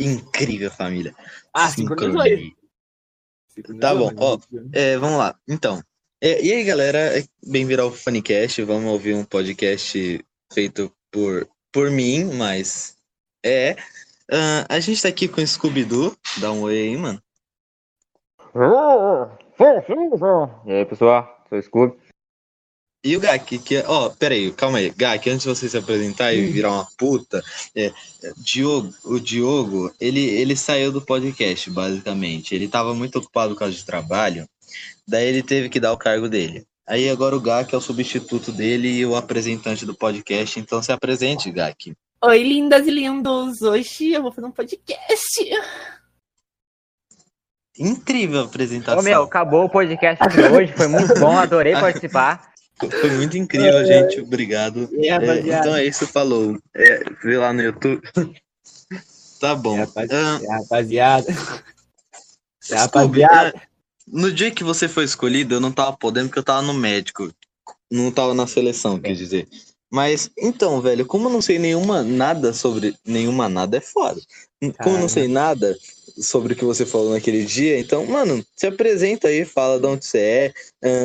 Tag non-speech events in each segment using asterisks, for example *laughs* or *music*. Incrível, família. Ah, sincronizou aí. Tá bom, ó. É, vamos lá. Então. é, e aí, galera? É- Bem-vindo ao Funnycast. Vamos ouvir um podcast feito por, por mim, mas é. Ahn, a gente tá aqui com o Scooby-Doo. Dá um oi aí, mano. E aí, pessoal, sou o Scooby. E o Gak, que é. Ó, peraí, calma aí. Gak, antes de você se apresentar e virar uma puta, é, é, Diogo, o Diogo, ele, ele saiu do podcast, basicamente. Ele tava muito ocupado por causa de trabalho, daí ele teve que dar o cargo dele. Aí agora o Gak é o substituto dele e o apresentante do podcast, então se apresente, Gak. Oi, lindas e lindos! Hoje eu vou fazer um podcast. Incrível a apresentação. Ô, meu, acabou o podcast de hoje, foi muito bom, *laughs* adorei participar. Foi muito incrível, gente. Obrigado. É, É, então é isso, falou. É, vê lá no YouTube. *laughs* tá bom. Ahn, então- rapaziada. É, Scooby, rapaziada. é, no dia que você foi escolhido, eu não tava podendo porque eu tava no médico. Não tava na É. seleção, quer dizer. Mas, então, velho, como eu não sei nenhuma nada sobre. Nenhuma nada é foda. Como eu não Caramba. sei nada sobre o que você falou naquele dia, então, mano, se apresenta aí, fala de onde você é,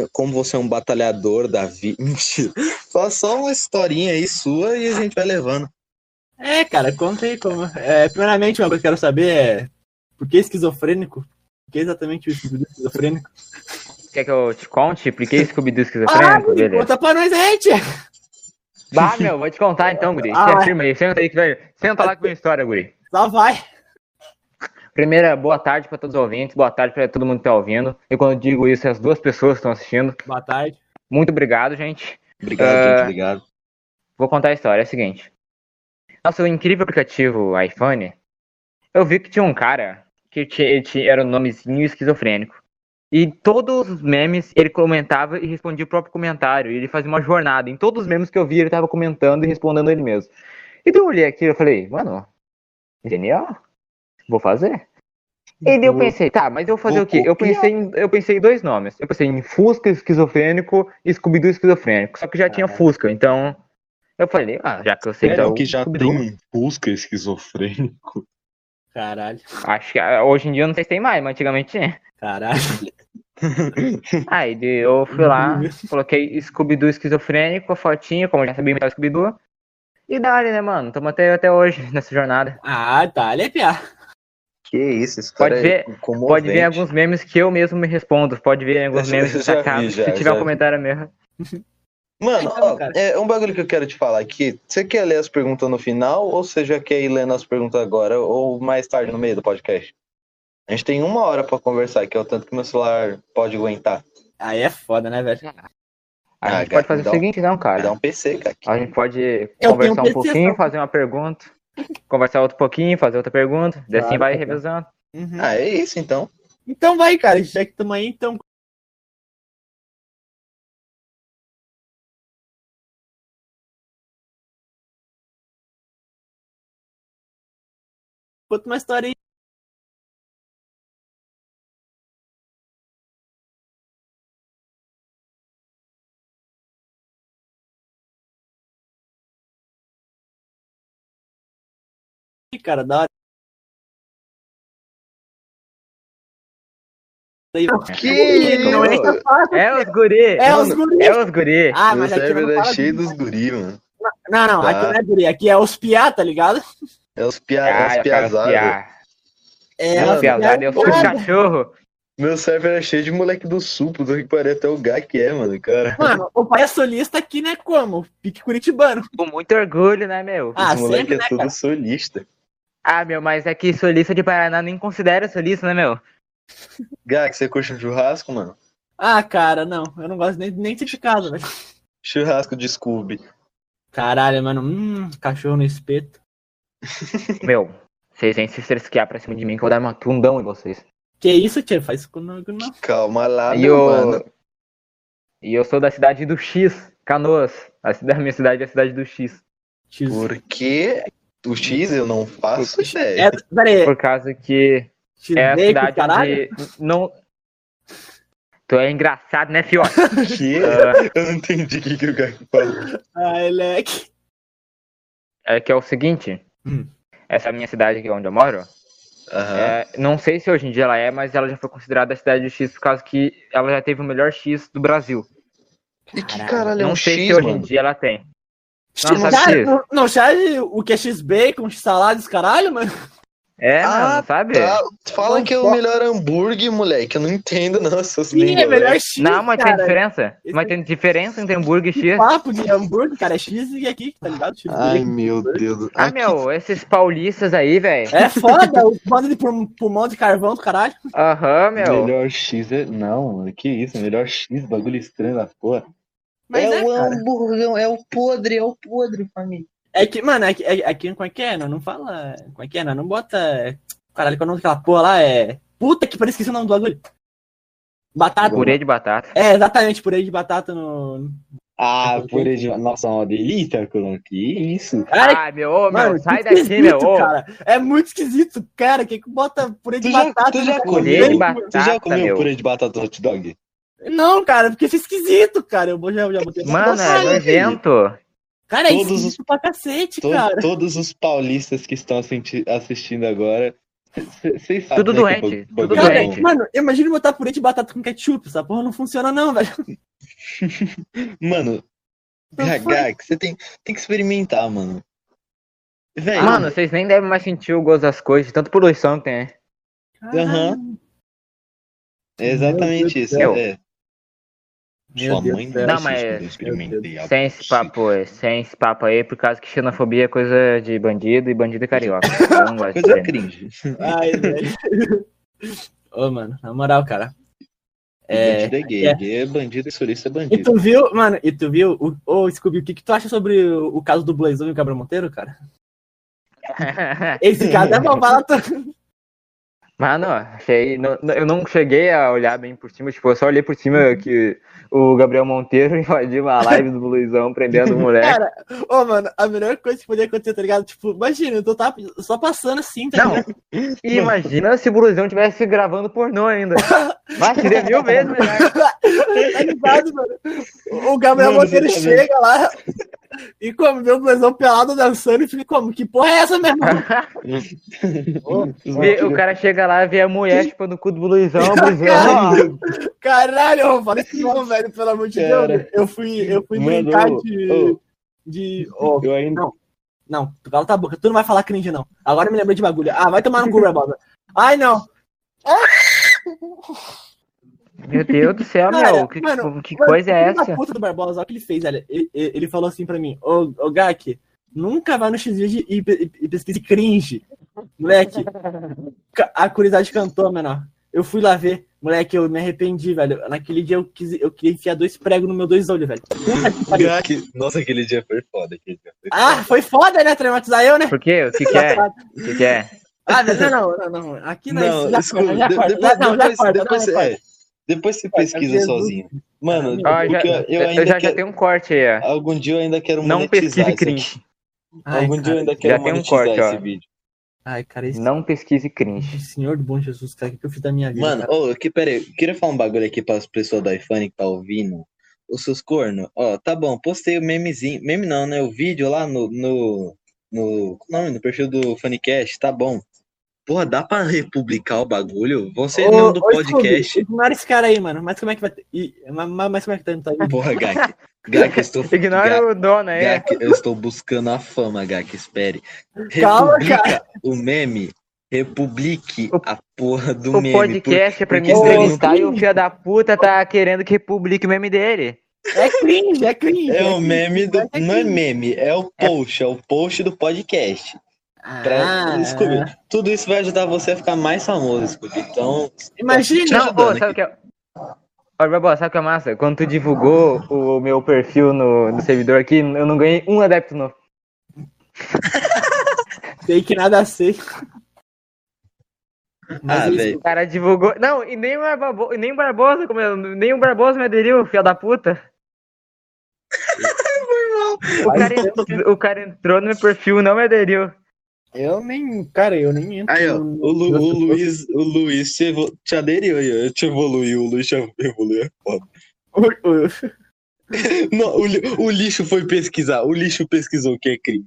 ahn, como você é um batalhador da vida. *laughs* Mentira. Fala só uma historinha aí sua e a gente vai levando. É, cara, conta aí como. É, primeiramente, uma coisa que eu quero saber é por que esquizofrênico? Por que exatamente o Scooby-Doo esquizofrênico? Quer que eu te conte por que Scooby-Doo Ah, esquizofrênico? Guri, Beleza. conta pra nós, gente! Bah, meu, vou te contar então, guri. Ah, Se afirma aí, senta aí que vai. Senta lá com a minha história, guri. Lá vai! Primeira, boa tarde pra todos os ouvintes, boa tarde pra todo mundo que tá ouvindo. E quando eu digo isso, é as duas pessoas que estão assistindo. Boa tarde. Muito obrigado, gente. Obrigado, É. gente, obrigado. Vou contar a história, é a seguinte. Nosso incrível aplicativo iPhone, eu vi que tinha um cara que ti- ele ti- era um nomezinho esquizofrênico. E todos os memes ele comentava e respondia o próprio comentário. E ele fazia uma jornada. Em todos os memes que eu vi, ele tava comentando e respondendo ele mesmo. Então eu olhei aquilo e falei, mano, genial. Vou fazer. E daí eu pensei, tá, mas eu vou fazer Vou o quê? Eu copiar. pensei, em, eu pensei em dois nomes. Eu pensei em Fusca esquizofrênico e Scooby-Doo esquizofrênico. Só que já Ah. tinha Fusca, então eu falei, ah, já que eu sei que é o Scooby-Doo, um Fusca esquizofrênico. Caralho, Acho que ah, hoje em dia eu não sei se tem mais, mas antigamente tinha. *laughs* caralho. Aí de- eu fui lá, Uhum. coloquei Scooby-Doo esquizofrênico, a fotinha, como eu já sabia imitar o Scooby-Doo. E dali, né, mano? Tamo até, até hoje *laughs* nessa jornada. Ah, tá, ele é piá. Que isso, é Pode história ver- comovente. Pode ver alguns memes que eu mesmo me respondo. Pode ver alguns Eu memes já vi, destacados, já, se tiver já um comentário mesmo. Mano, Então, ó, cara. é um bagulho que eu quero te falar aqui. Você quer ler as perguntas no final ou você já quer ir lendo as perguntas agora ou mais tarde no meio do podcast? A gente tem uma hora pra conversar, que é o tanto que meu celular pode aguentar. Aí é foda, né, velho? A Ah, cara, gente pode fazer dá o um- seguinte, não, Me dá cara. um PC, cara. A gente pode tenho conversar PC, um pouquinho, não. fazer uma pergunta, conversar outro pouquinho, fazer outra pergunta, daí assim Claro, vai tá bom. revisando. Uhum. Ah, é isso então. Então vai, cara, já que tamo aí, então. Conta uma história aí. Ih, Cara, da hora. Aí, ó. Que Não é isso? É os guri! É os guri. É os guri! Ah, Meu mas aqui cérebro não é fala... cheio dos guri, mano. Não, não, aqui Tá. não é guri, aqui é os piá, tá ligado? É os, pia... é Ah, os cara, os piazados. piá. É, É os Mano, piazada, eu sou piada. um cachorro. Meu cérebro é cheio de moleque do sul, puta que pariu até o gá que é, mano, cara. Mano, o pai é solista aqui, né, como? Pique curitibano. Com muito orgulho, né, meu? Ah, Os moleque sempre, é né, tudo cara? solista. Ah, meu, mas é que solista de Paraná nem considera solista, né, meu? Gá, você curte um churrasco, mano? Ah, cara, não, eu não gosto nem, nem de ser de casa, velho. Churrasco de Scooby. Caralho, mano, hum, cachorro no espeto. Meu, vocês vêm se estressquear pra cima de mim que eu vou dar uma tundão em vocês. Que isso, tio, faz isso comigo não. Calma lá, E meu eu... mano. e eu sou da cidade do X, Canoas. A cida- minha cidade é a cidade do X. Tio. Porque o X eu não faço *laughs* É, ideia. pera aí, Por causa que tio, é a veio com cidade caralho? onde. Não. Tu é engraçado, né, fiote? Que? Ah, Eu não entendi o que, que o Gaku falou. Ai, leque. é que é o seguinte. Hum. Essa minha cidade aqui onde eu moro, Aham. É, não sei se hoje em dia ela é, mas ela já foi considerada a cidade do X por causa que ela já teve o melhor X do Brasil. E que caralho é não um sei X, se hoje em mano? dia ela tem. Não, sabe sabe, isso? não, não sabe o que é X-Bacon, X-Salados, caralho, mano? É, Ah, mano, sabe? Tá, fala Não que é o pode. melhor hambúrguer, moleque. Eu não entendo, não, essas Sim, é línguas, melhor velho. X, Não, mas tem cara. diferença. Esse- Mas tem diferença entre hambúrguer e Que X. papo de hambúrguer, cara, é X e aqui, tá ligado? X Ai, meu Deus. do- Ah, Aqui- meu, esses paulistas aí, velho. É foda, o bando de pul- pulmão de carvão do caralho. Aham, meu. Melhor X é. Não, mano, que isso? Melhor X, bagulho estranho da porra. Mas é, cara. hamburgão, é o podre, é o podre, família. É que, mano, aqui, aqui como é que é? Não, não fala. Como é que é? Não, não bota. Caralho, qual é o nome daquela porra lá? É. Puta que parece que esqueci o nome do bagulho. Batata. Purê de batata. É, exatamente, purê de batata no. Ah, purê de. Nossa, uma delícia, Colão. Que isso? Ai, ah, meu, ô, meu, mano, sai que daqui, esquisito, meu. ô. cara. É muito esquisito, cara. Quem que bota purê de Tu já- batata tu no já hambúrguer? Purê de Comeu, batata, Tu já comeu meu. purê de batata do hot dog? Não, cara, porque isso é esquisito, cara. Eu já, já botei. Mano, é Sai, nojento. Cara, é Todos os- esquisito pra cacete, To- cara. Todos os paulistas que estão assisti- assistindo agora. c- Vocês sabem. Tudo né, que doente, o bagulho tudo é Cara, doente. mano, imagina botar purê de batata com ketchup. Essa porra não funciona, não, velho. bom. Mano, Não BH, que você tem, tem que experimentar, mano. Velho, Ah, Mano, vocês nem devem mais sentir o gosto das coisas, de tanto poluição que tem. Aham. é Meu Deus exatamente isso. do céu. é. Meu Sua Deus mãe do céu. disse Não, mas- é que eu experimentei algo Sem esse papo, aí, sem esse papo aí, por causa que xenofobia é coisa de bandido e bandido é carioca. Eu não gosto Coisa de *laughs* cringe. Ai, velho. Ô, mano, na moral, cara. É. Bandido é gay. é. Gay é bandido e solista é E bandido. tu viu, mano, e tu viu, o- ô Scooby, o que, que tu acha sobre o, o caso do Blazão e o Cabra Monteiro, cara? Esse cara é uma bala. tá- Mano, achei, não- não- eu não cheguei a olhar bem por cima, tipo, eu só olhei por cima que o Gabriel Monteiro *laughs* invadiu uma live do Luizão prendendo o moleque. Cara, ô, mano, a melhor coisa que poderia acontecer, tá ligado? Tipo, imagina, eu tô tá, só passando assim, tá Não, ligado? e imagina se o Luizão tivesse gravando pornô ainda. Mas seria mil vezes melhor. tá ligado, mano? O Gabriel Mano, Monteiro você tá chega lá e como vê o Blazão pelado dançando e fica como, que porra é essa, meu *laughs* irmão? Os Vê- bandidos- o cara chega lá, vê a mulher chupando o cu do Luizão, o Luizão, ó, Caralho, eu falei isso não, velho, pelo amor de Cara. Deus. Eu fui, eu fui Mano, brincar ô, de. ô. de... ó, Eu ainda. Não, tu cala tua boca, tu não vai falar cringe, não. Agora eu me lembrei de bagulho. Ah, vai tomar no cu, Barbosa. Ai, não. Meu Deus do céu, Cara, meu. Que, mano, que Mano, coisa é filho da essa? puta do Barbosa, olha o que ele fez, velho. Ele, ele- ele falou assim pra mim, ô, ô Gak, nunca vai no x e, e, e pesquise cringe. Moleque, ca- a curiosidade cantou, menor. Eu fui lá ver, moleque, eu me arrependi, velho. Naquele dia eu, quis, eu queria enfiar dois pregos no meu dois olhos, velho. Puta que pariu. Que- Nossa, aquele dia foi foda. Aquele dia foi Ah, foi foda, né? Traumatizar eu, né? Por quê? O que, que é? O que, que *laughs* é? Ah, mas não, não, não, não. Aqui não, Não, já escuta, corta, já de- corta, depois- já- não, já depois- corta, depois não, você- corta. tá é, depois você pesquisa Jesus. sozinho. Mano, Ah, Ó, Ah, já- porque eu- eu eu ainda já, já quero- tenho um corte aí, ó. algum dia eu ainda quero Não monetizar pesquise isso aqui. cringe. Ai, Algum dia eu cara, ainda quero Já tem um monetizar corte, esse ó. vídeo. ai, cara, esse Não pesquise cringe. senhor do bom Jesus, cara, o que que eu fiz da minha vida? Mano, cara? ô, que, pera aí, eu queria falar um bagulho aqui para as pessoas do iPhone que tá ouvindo. Os seus corno, ó, tá bom, postei o memezinho, meme não, né, o vídeo lá no, no, no, qual o nome, no perfil do Funicast, tá bom. Porra, dá pra republicar o bagulho? Você Ô, não é um do ô, Scooby, podcast. Ignora esse cara aí, mano. Mas como é que vai. ter- Ih, ma- ma- mas como é que tá indo? Tá indo? Porra, Gak, Gak, eu estou, Ignora Gak, o dono aí. Gak, eu estou buscando a fama, Gak, espere. Calma, Republica o meme, republique O- a porra do O um meme. podcast é pra porque me esse daí não entrevistar e o tem- filho da puta tá querendo que publique o meme dele. É cringe, é cringe. É o cringe. meme do. Vai ter Não é que- meme, é o post, é o post do podcast. Pra, Ah, Scooby, tudo isso vai ajudar você a ficar mais famoso, Scooby. Então. Imagina. Não, pô, sabe o que é. Ó, Barbosa, sabe o que é massa? Quando tu divulgou o meu perfil no, no servidor aqui, eu não ganhei um adepto novo. Sei que nada sei. Mas Ah, isso- velho. O cara divulgou. Não, e nem o Barbosa, nem o Barbosa, como é, nem o Barbosa me aderiu, filho da puta. O cara, entrou, o cara entrou no meu perfil, não me aderiu. Eu nem. Cara, eu nem entro. Aí, ó, no- *laughs* o, Lu- no- o Luiz, o Luiz te, evo- te aderiu aí, ó, te evoluiu, o Luiz te evoluiu. O- o- Não, o, li- o lixo foi pesquisar. O lixo pesquisou o que é cringe.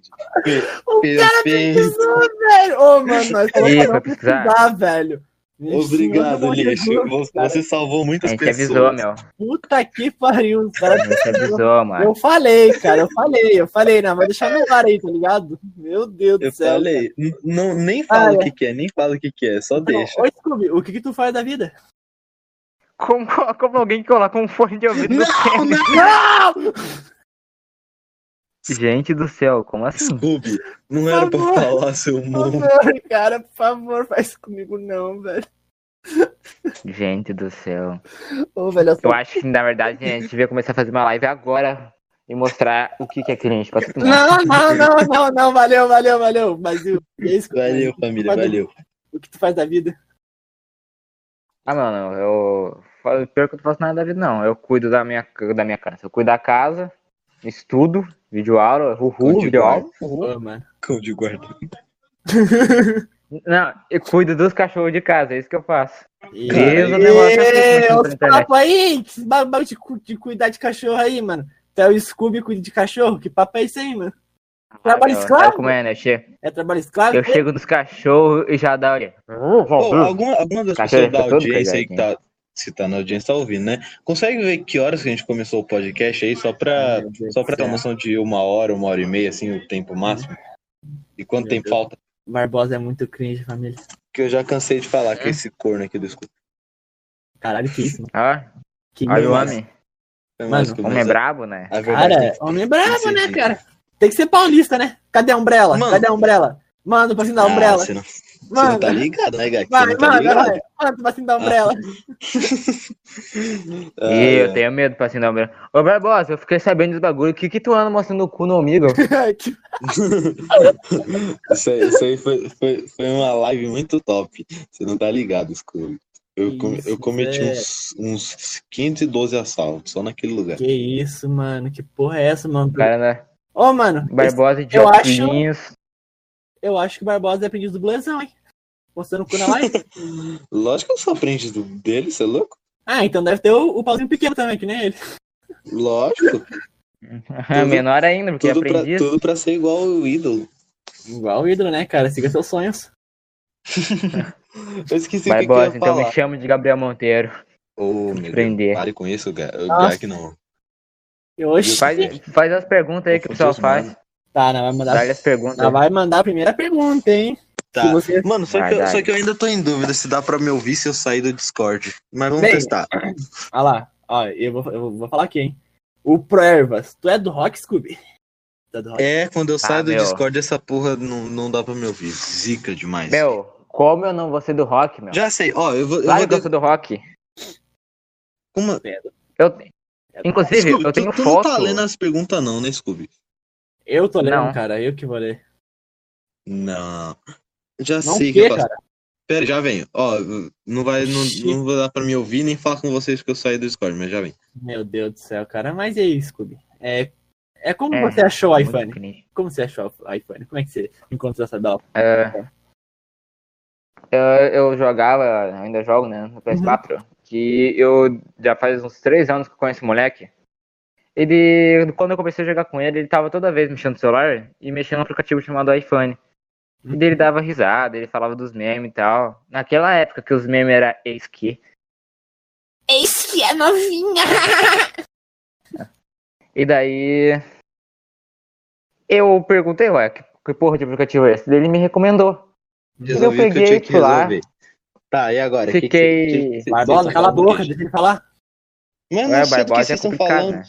O tá cara pesquisou. Velho, ô, mano, nós Ih, temos foi que pesquisar. pesquisar, velho. Me Obrigado, ensina, lixo. mano. Você- Você salvou A muitas gente pessoas. avisou, meu. Puta que pariu, os caras A gente avisou, mano. Eu falei, cara, eu falei, eu falei, não, vai deixar no ar aí, tá ligado? Meu Deus Eu do céu. falei, n- não, nem fala Ah, o que, que é, nem fala o que, que é, só Não, deixa. Ô, Scooby, o que que tu faz da vida? Como, como alguém coloca um fone de ouvido no Não, não, *laughs* Gente do céu, como assim? Scooby, não era pra favor. falar seu Por mundo. favor, cara, por favor, faz comigo não, velho. Gente do céu. Ô, velho, eu sou... Eu acho que, na verdade, a gente devia começar a fazer uma live agora e mostrar o que que é cringe pra todo mundo. Não, não, não, não, não, valeu, valeu, valeu. Mas e o e é aí, Scooby, Valeu, família, Mas- valeu. O que tu faz da vida? Ah, mano, eu. fa- Pior que eu não faço nada da vida, não. Eu cuido da minha, da minha casa. Eu cuido da casa, estudo, videoaula, uhul, Cuide videoaula. Uhum. Ô, mano. Cão de guarda. Não, eu cuido dos cachorros de casa, é isso que eu faço. E... Deus, Cara, o negócio Ê, é os papo aí, que esse bagulho de, cu- de cuidar de cachorro aí, mano. Até o Scooby cuida de cachorro, que papo é esse aí, mano? Trabalho escravo? Como é, né? Eu chego, É trabalho escravo? eu chego nos cachorros e já dá olha. Pô, alguma, alguma das Cachorro pessoas da fica todo audiência aí que coisado, tá. Se tá na audiência, tá ouvindo, né? Consegue ver que horas que a gente começou o podcast aí, só pra, né? Meu Deus Ah, só pra do ter uma céu. noção de uma hora, uma hora e meia, assim, o tempo máximo? E quanto Uhum. Meu tempo Deus. falta? Barbosa é muito cringe, família. Que eu já cansei de É. falar com esse corno aqui do Scooby. Caralho, que isso, mano. Ó, Que olha o isso, homem. Mano, Scooby, Homem é mas brabo, né? a verdade é Cara, que- homem brabo, Sim, né, sim. cara? Tem que ser paulista, né? Cadê a Umbrella? Mano. Cadê a Umbrella? Manda o passinho da Ah, Umbrella. você não, você manda, não tá ligado, né, Gaki? Você *laughs* vai, não tá manda, ligado. vai. Manda o passinho da *laughs* Umbrella. *laughs* Ah, e eu é. tenho medo pra assinar o meu. Ô, Barbosa, eu fiquei sabendo dos bagulho. O que que tu anda mostrando o cu no amigo? Que- Isso aí, isso aí foi, foi, foi uma live muito top. Você não tá ligado, Scooby. Eu, com- Isso, eu cometi é. uns, uns 512 assaltos só naquele lugar. que isso, mano. Que porra é essa, mano? O *laughs* cara, né? Ô, mano, esse- Barbosa de Eu acho- *laughs* óculos. eu acho que o Barbosa é aprendiz do Blazão, hein? Postando o cu na live. *laughs* Lógico que eu sou aprendiz do- dele, você é louco? ah, então deve ter o, o pauzinho pequeno também, que nem ele. Lógico. Tudo- Menor ainda, porque é Tudo pra, aprendiz. tudo pra ser igual o ídolo. Igual o ídolo, né, cara? Siga seus sonhos. Eu esqueci o que, que eu ia Barbosa, falar. então me chama de Gabriel Monteiro. Ô, meu Deus, Prender. pare com isso, Ga- o Nossa. Gak não. E hoje. Faz, faz as perguntas aí que o pessoal faz. Tá, não vai mandar. Dá-lhe as perguntas. Não vai mandar a primeira pergunta, hein? Tá. Se você Mano, só Vai, que, eu, vai. só que eu ainda tô em dúvida se dá pra me ouvir se eu sair do Discord. Mas vamos Bem, testar. Olha lá, ó, eu vou, eu vou falar aqui, hein? O Proervas, tu é do rock, Scooby? Tu é do rock. É, quando eu saio do Ah, meu. Discord, essa porra não, não dá pra me ouvir. Zica demais. Meu, como eu não vou ser do rock, meu? Já sei, ó, eu vou. Eu Claro vou que eu dar sou do rock. uma... Eu, inclusive, eu tenho tu, tu foto. não tá lendo as perguntas, não, né, Scooby? Eu tô lendo, Não. cara, eu que vou ler. Não. Já Não sei o quê, que eu faço. cara? Pera, já venho. Ó, não vai. Não, Oxi. não vai dar pra me ouvir nem falar com vocês que eu saí do Discord, mas já vem. Meu Deus do céu, cara. Mas e aí, Scooby? É, é como É, você achou o Muito iPhone? cringe. Como você achou o iPhone? Como é que você encontrou essa bela? É, eu, eu jogava, ainda jogo, né, no PS4, que eu já faz uns três anos que eu conheço o moleque. Ele, quando eu comecei a jogar com ele, ele tava toda vez mexendo no celular e mexendo no aplicativo chamado iPhone. E daí ele dava risada, ele falava dos memes e tal. Naquela época que os memes era ex que. Eis que é novinha. E daí. Eu perguntei, ué, que, que porra de aplicativo é esse? Daí Ele me recomendou. Resolvi o que eu peguei tinha que fui lá. resolver. Tá, e agora? Que que- Fiquei- que que cê- Barbosa, cê- cala a cê- boca, deixa ele falar. Mas Ué, não sei do que Barbosa é vocês estão complicado, falando. né?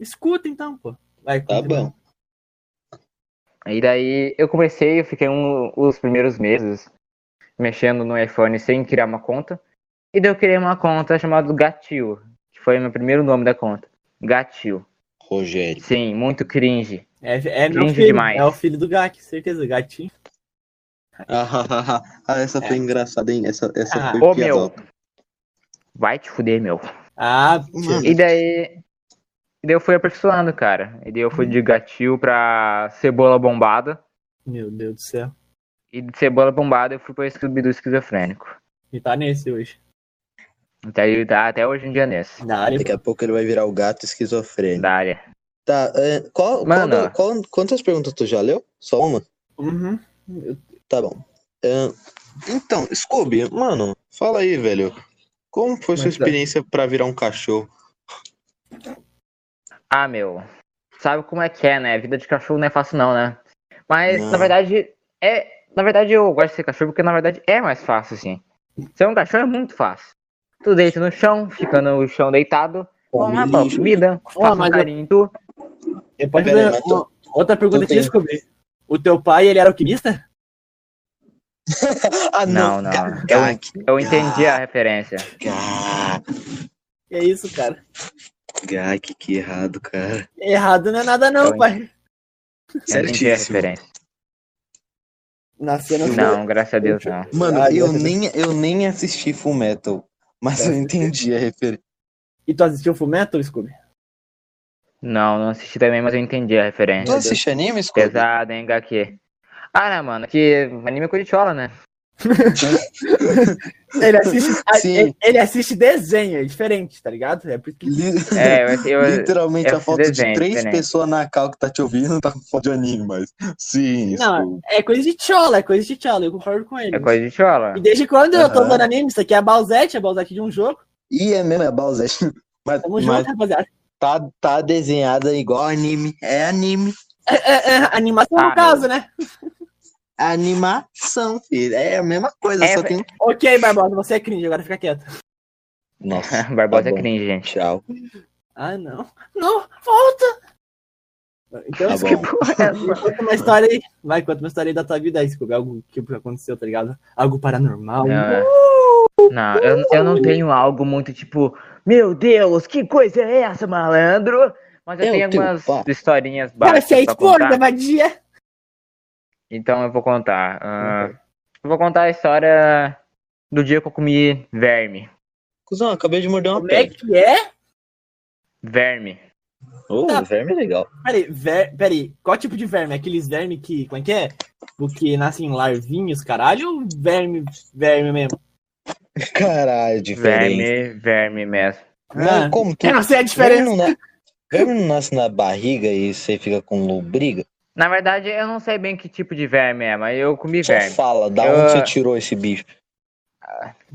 Escuta então, pô. Vai, Tá continua. bom. E daí eu comecei, eu fiquei um, os primeiros meses mexendo no iPhone sem criar uma conta. E daí eu criei uma conta chamada Gatil, que foi o meu primeiro nome da conta. Gatil. Rogério. Sim, muito cringe. É, é meu Cringe filho, demais. é o filho do Gak, certeza, gatinho. *laughs* Ah, essa foi engraçada, hein? Essa, essa Ah, foi É. ô, piada. meu. Vai te fuder, meu. Ah, Mano. E daí. E daí eu fui aperfeiçoando, cara. E daí eu fui de gatil pra cebola bombada. meu Deus do céu. E de cebola bombada eu fui pra esqui- do esquizofrênico. E tá nesse hoje. Então ele tá até hoje em dia nesse. Na área. Daqui a pouco ele vai virar o gato esquizofrênico. Da área. Tá, é, qual, qual, Mano. da- qual- quantas perguntas tu já leu? Só uma? Uhum. Tá bom. É, então, Scooby, mano, fala aí, velho. Como foi sua Mas tá. experiência pra virar um cachorro? Ah, meu. Sabe como é que é, né? Vida de cachorro não é fácil, não, né? Mas, Não. na verdade, é. Na verdade, eu gosto de ser cachorro porque, na verdade, é mais fácil, assim. Ser um cachorro é muito fácil. Tu deita no chão, fica no chão deitado, Come toma tua lixo. comida, Ó, faz um mas carinho em tu. eu posso Pera aí, fazer mas tu- é, uma- outra pergunta tu que tem- descobri. O teu pai, ele era alquimista? Ah, Não, não. não. Ga- Eu- Gak, Eu entendi a referência. Gak, É isso, cara. Gak, que errado, cara. Errado não é nada não, Então, pai. Eu entendi a Certíssimo. É referência. Nasceu no Não, graças a Deus, não. Mano, Ah, eu, É. graças a nem, eu nem assisti Full Metal, mas eu entendi a referência. E tu assistiu Full Metal, Scooby? Não, não assisti também, mas eu entendi a Tu referência. assiste anime, Scooby? Pesado, hein, HQ. Ah, né, mano, que anime é Curichola, né? Ele assiste, *laughs* a- Sim. ele, ele assiste desenho, é diferente, tá ligado? É porque Li- É, eu, eu, *laughs* Literalmente eu a foto de desenho, né? três desenho. pessoas na cal que tá te ouvindo tá com foto de anime, mas. Sim, Não, Scooby. é coisa de tchola, é coisa de tchola, eu concordo com ele. é coisa de chola. E desde quando eu tô Aham. usando anime? Isso aqui é a Balzete, é a Balzete de um jogo. E é mesmo, é Bowser. *laughs* Mas, Tamo mas junto, rapaziada. tá, tá desenhada igual anime. É anime. É, é, é, animação Ah, no caso, né? Animação, filho. É a mesma coisa, É, só tem. Ok, Barbosa, você é cringe, agora fica quieto. Nossa, *laughs* Barbosa Tá é bom. cringe, gente. tchau. Ah, não. Não, volta! Então, Tá isso bom. Me conta uma história aí. Vai, conta uma história aí da tua vida aí, Scooby. Algo que aconteceu, tá ligado? Algo paranormal. Não, é. não eu, eu não tenho algo muito tipo, meu Deus, que coisa é essa, malandro? Mas eu É o tenho teu algumas pai. historinhas Cara, básicas você é pra escorno, contar. vadia. Então eu vou contar. Ah, eu vou contar a história do dia que eu comi verme. Cusão, acabei de morder uma Como é pedra. que é? Verme. Ô, Tá. verme é legal. Peraí, ver... peraí, qual tipo de verme? Aqueles verme que. Como é que é? Porque nascem larvinhos, caralho, ou verme, verme mesmo? Caralho, é diferente. Verme, verme mesmo. Mano, Ah, como tu. Eu não sei a é Verme diferença. não, *laughs* na- verme não nasce na barriga e você fica com lobriga? Na verdade, eu não sei bem que tipo de verme é, mas eu comi Só verme. fala, da Eu- onde você tirou esse bicho?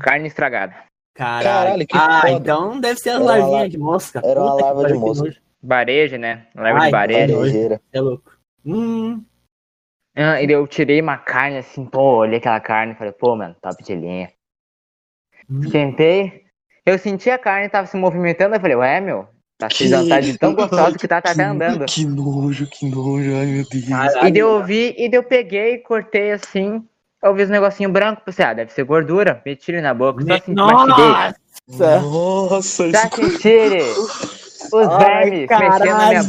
Carne estragada. Caralho. Caralho, que Ah, foda. então deve ser as Era uma larvinhas lar- de mosca. era uma Puta que larva de pariu, que mosca. nojo. Bareja, né? Leva Ai, de bareja. Varejeira. É louco. Hum, Ah, e eu tirei uma carne assim, pô, olhei aquela carne e falei, pô, mano, top de linha. Hum. Sentei, eu senti a carne tava se movimentando, eu falei, ué, meu, tá se jantando *laughs* de tão gostoso que tá, tá até andando. Que nojo, que nojo, ai meu Deus. E caralho. daí eu vi, e daí eu peguei, cortei assim, eu vi um negocinho branco, pensei, ah, deve ser gordura, me tire na boca, só assim, senti, mastigei. Nossa! Nossa, Já isso senti os Ai, vermes mexendo na minha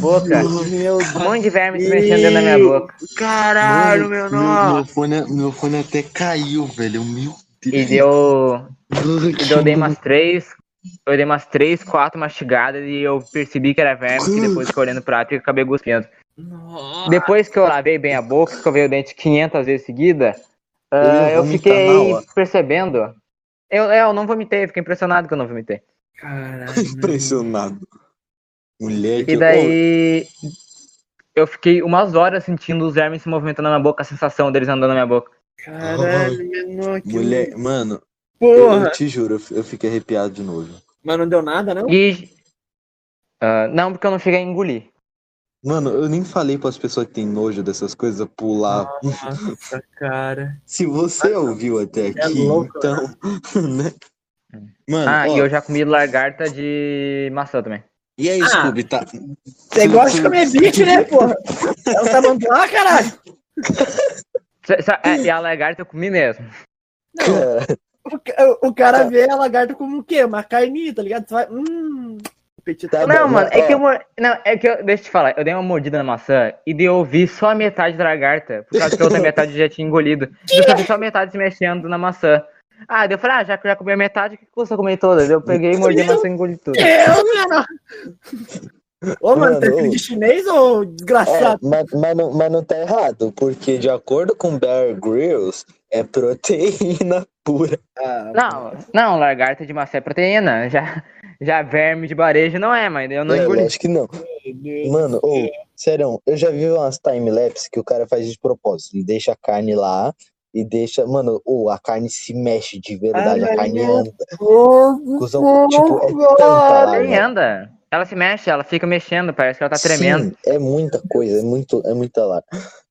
caralho. boca. Meu Um monte de vermes mexendo dentro da minha boca. Caralho, meu nome. Meu fone, meu fone até caiu, velho. Meu E Deus. deu. Ai, E que daí Então, eu dei nojo. umas três. Eu dei umas três, quatro mastigadas e eu percebi que era verme, que depois que eu olhei no prato e acabei cuspindo. Depois que eu lavei bem a boca, escovei o dente 500 vezes seguida, ah, ia eu vomitar fiquei na hora. percebendo. Eu, é, eu não vomitei, fiquei impressionado que eu não vomitei. *laughs* Impressionado. Mulher que E daí. Eu fiquei umas horas sentindo os vermes se movimentando na minha boca, a sensação deles andando na minha boca. Caralho, menor que Mulher, mano, eu porra! te juro, eu fi- eu fiquei arrepiado de novo. Mas não deu nada, não? E. ah, não, porque eu não cheguei a engolir. Mano, eu nem falei para as pessoas que têm nojo dessas coisas pular. Nossa, cara. Se você ouviu até aqui, Ah, é louco, então, *laughs* né? Mano, Ah, ó, e eu já comi lagarta de maçã também. e aí, Ah. Scooby, tá? Você gosta de comer *laughs* bicho, né, porra? É o tá tamanduá, caralho! Sa- sa- é, E a lagarta eu comi mesmo. Cara, O, ca- o Tá. cara vê a lagarta como o quê? Uma carninha, tá ligado? Você vai. Hum. Apetite. Tá não, bom, mano, mas, é que ó. eu. mor- Não, é que eu. Deixa eu te falar, eu dei uma mordida na maçã e daí eu vi só a metade da lagarta, por causa que *laughs* a outra metade já tinha engolido. Eu só vi só a metade se mexendo na maçã. Ah, daí eu falei, ah, já que eu já comi a metade, o que custa comer todas? Eu peguei, mordi a maçã e engoli tudo. Eu, mano! Ô, mano, tá Mano, filho ô. de chinês ou É, desgraçado? mas, mas, não, mas não tá errado, porque de acordo com Bear Grylls, É proteína *laughs* pura. Ah, Não, não, lagarta de maçã é proteína. Já, já verme de barejo não é, mas eu não é, engoli. lógico que não. Mano, ou, sério, eu já vi umas timelapse que o cara faz de propósito. Ele deixa a carne lá e deixa. Mano, ou a carne se mexe de verdade, Ai, a carne meu anda. Cusão, tipo, é tanta lá, Nem mano. anda. Ela se mexe, ela fica mexendo, parece que ela tá Sim, tremendo. é muita coisa, é muito, é muita lá.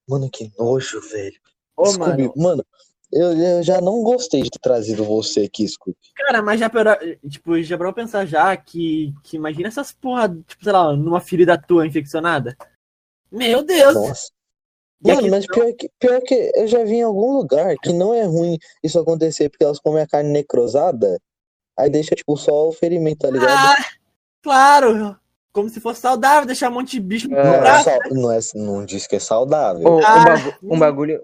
Mano, que nojo, velho. Ô, Scooby, mano. mano, eu, eu já não gostei de ter trazido você aqui, Scooby. Cara, mas já pra, tipo, já pra eu pensar já que, que imagina essas porra, tipo, sei lá, numa ferida tua infeccionada. Meu Deus! Nossa. E a Mano, mas questão- pior que, pior que eu já vi em algum lugar que não é ruim isso acontecer, porque elas comem a carne necrosada, aí deixa, tipo, só o ferimento, tá ligado? Ah, claro! Como se fosse saudável deixar um monte de bicho no não, é braço. sal- não, é, não diz que é saudável. Ou um Ah. bagu- um, bagulho,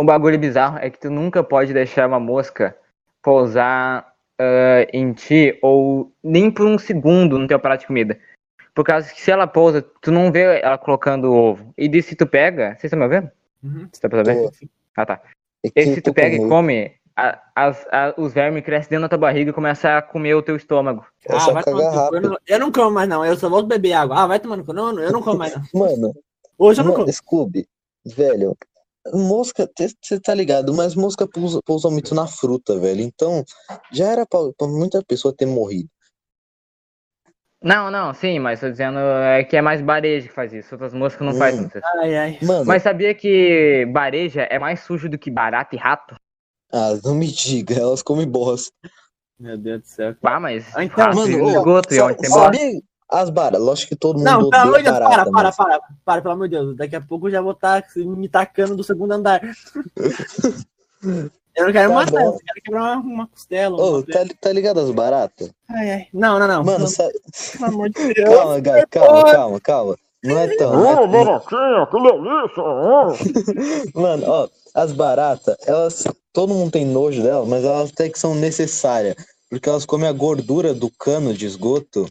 um bagulho bizarro é que tu nunca pode deixar uma mosca pousar ah, em ti ou nem por um segundo no teu prato de comida. Por causa que se ela pousa, tu não vê ela colocando o ovo. E de se tu pega. Vocês estão me ouvindo? Uhum. Você tá podendo ver? Tô. Ah tá. É que E se tô tu pega com e medo. come, a- as- a- os vermes crescem dentro da tua barriga e começam a comer o teu estômago. É só Ah, vai cagar tomar no cu. Eu rápido. não, eu não como mais, não. Eu só volto beber água. Ah, vai tomar no cu. Não, não, eu não como mais, não. Mano, Hoje eu não mano, como. Scooby, velho, mosca, você tá ligado, mas mosca pousa, pousa muito na fruta, velho. Então, já era pra, pra muita pessoa ter morrido. Não, não, sim, mas tô dizendo é que é mais barejo que faz isso. Outras moscas não Hum. fazem isso. Ai, ai. Mano, Mas sabia que bareja é mais sujo do que barata e rato? ah, não me diga, elas comem bosta. Meu Deus do céu. Ah, mas Ah, então, rato mano, vive ô, no esgoto e Sa- onde tem bosta. Sabia as barras? Lógico que todo mundo Não, pelo amor odeia de Deus, para, barata, para, mas- para, para, pelo amor de Deus. Daqui a pouco eu já vou estar me tacando do segundo *laughs* andar. Eu não quero Tá matar, bom. eu só quero quebrar uma, uma costela. Ô, uma- tá, tá ligado as baratas? Ai, ai. Não, não, não. Mano, Pelo- sa- Pelo amor *laughs* de Deus. calma, Gai, calma, calma, calma. Não é tão. não é- *laughs* Mano, ó, as baratas, elas. Todo mundo tem nojo delas, mas elas até que são necessárias. Porque elas comem a gordura do cano de esgoto.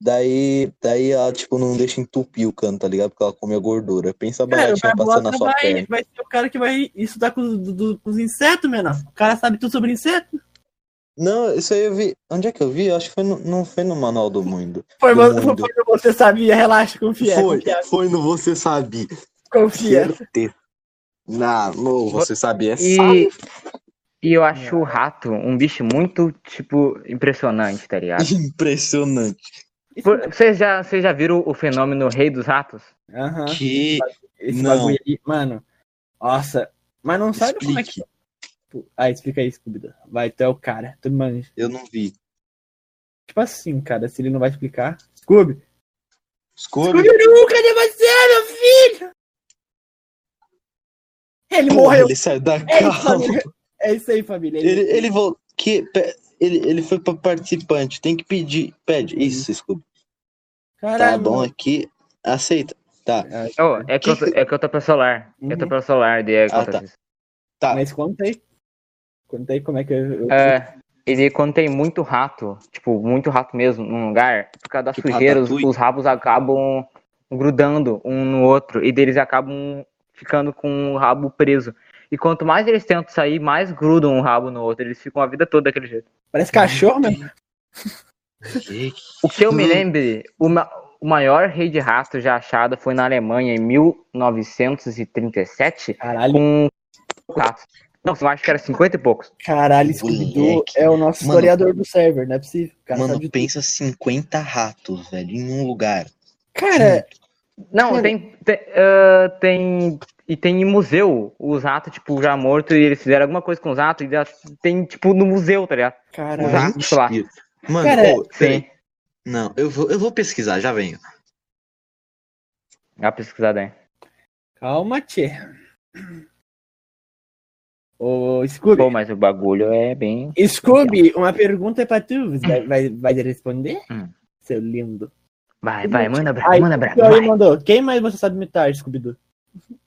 Daí, daí ela, tipo, não deixa entupir o cano, tá ligado? Porque ela come a gordura. Pensa a Cara, o baratinha passando na Barbosa sua vai, perna. vai ser o cara que vai estudar com, os- do- do- com os insetos, menor. O cara sabe tudo sobre inseto. Não, isso aí eu vi. Onde é que eu vi? Eu acho que foi no, não foi no Manual do Mundo. Foi, Do você, mundo. foi, você sabia, relaxa, confia. confia, foi no Você Sabe. confia. Certeza. Não, no Você Sabe é E, e eu acho o rato um bicho muito, tipo, impressionante, tá ligado? impressionante. Por- Vocês já, vocês já viram o fenômeno Rei dos Ratos? Aham. Que Esse Não. bagulho aí, mano. Nossa. Mas não sabe como é que. explique. Ah, explica aí, Scooby. Vai, tu é o cara. Tu manja. Eu não vi. Tipo assim, cara, se ele não vai explicar. Scooby! Escolha. Scooby nunca cadê você, meu filho? Ele morreu. Ele saiu da É isso, calma. família. É isso aí, *laughs* família. Ele, ele voltou. Que... pe- Ele, ele foi pra participante. Tem que pedir. Pede. Isso, Scooby. Tá Caralho. bom aqui. Aceita. Tá. Oh, é, que eu, tô- Que- é que eu tô pelo celular. Eu tô Uhum. pelo celular, daí acontece tá. isso. tá. Ah, Mas conta aí. Conta aí como é que eu. eu- É, ele quando tem muito rato, tipo, muito rato mesmo num lugar, por causa da Tipo sujeira, os, Ratatouille. os rabos acabam grudando um no outro e deles acabam ficando com o rabo preso. E quanto mais eles tentam sair, mais grudam um rabo no outro. Eles ficam a vida toda daquele jeito. Parece cachorro, né? mesmo. O que eu me Hum. lembre, o, ma- o maior rei de rato já achado foi na Alemanha em 1937 Caralho, com ratos. Não, eu acho que era 50 e poucos. caralho, Moleque. Scooby-Doo é o nosso Mano. historiador do server, não é possível. O Cara, sabe Mano, de tudo. pensa 50 ratos, velho, em um lugar. cara Não, Cara- tem. Tem, ah, tem- E tem em museu os ratos, tipo, já morto e eles fizeram alguma coisa com os ratos. E já tem, tipo, no museu, tá ligado? Os caralho. ratos lá. Mentira. Mano, Cara, é. ô, peraí. Sim. Não, eu vou, eu vou pesquisar, já venho. Dá pra pesquisar daí. Calma, tchê. Ô, Scooby. Pô, mas o bagulho é bem. Scooby, uma pergunta pra tu. Você Vai, vai, vai responder? Hum. Seu lindo. Vai, vai, manda brabo, Aí, manda Tá brabo. Aí Vai. mandou. Quem mais você sabe imitar, Scooby-Doo? *laughs*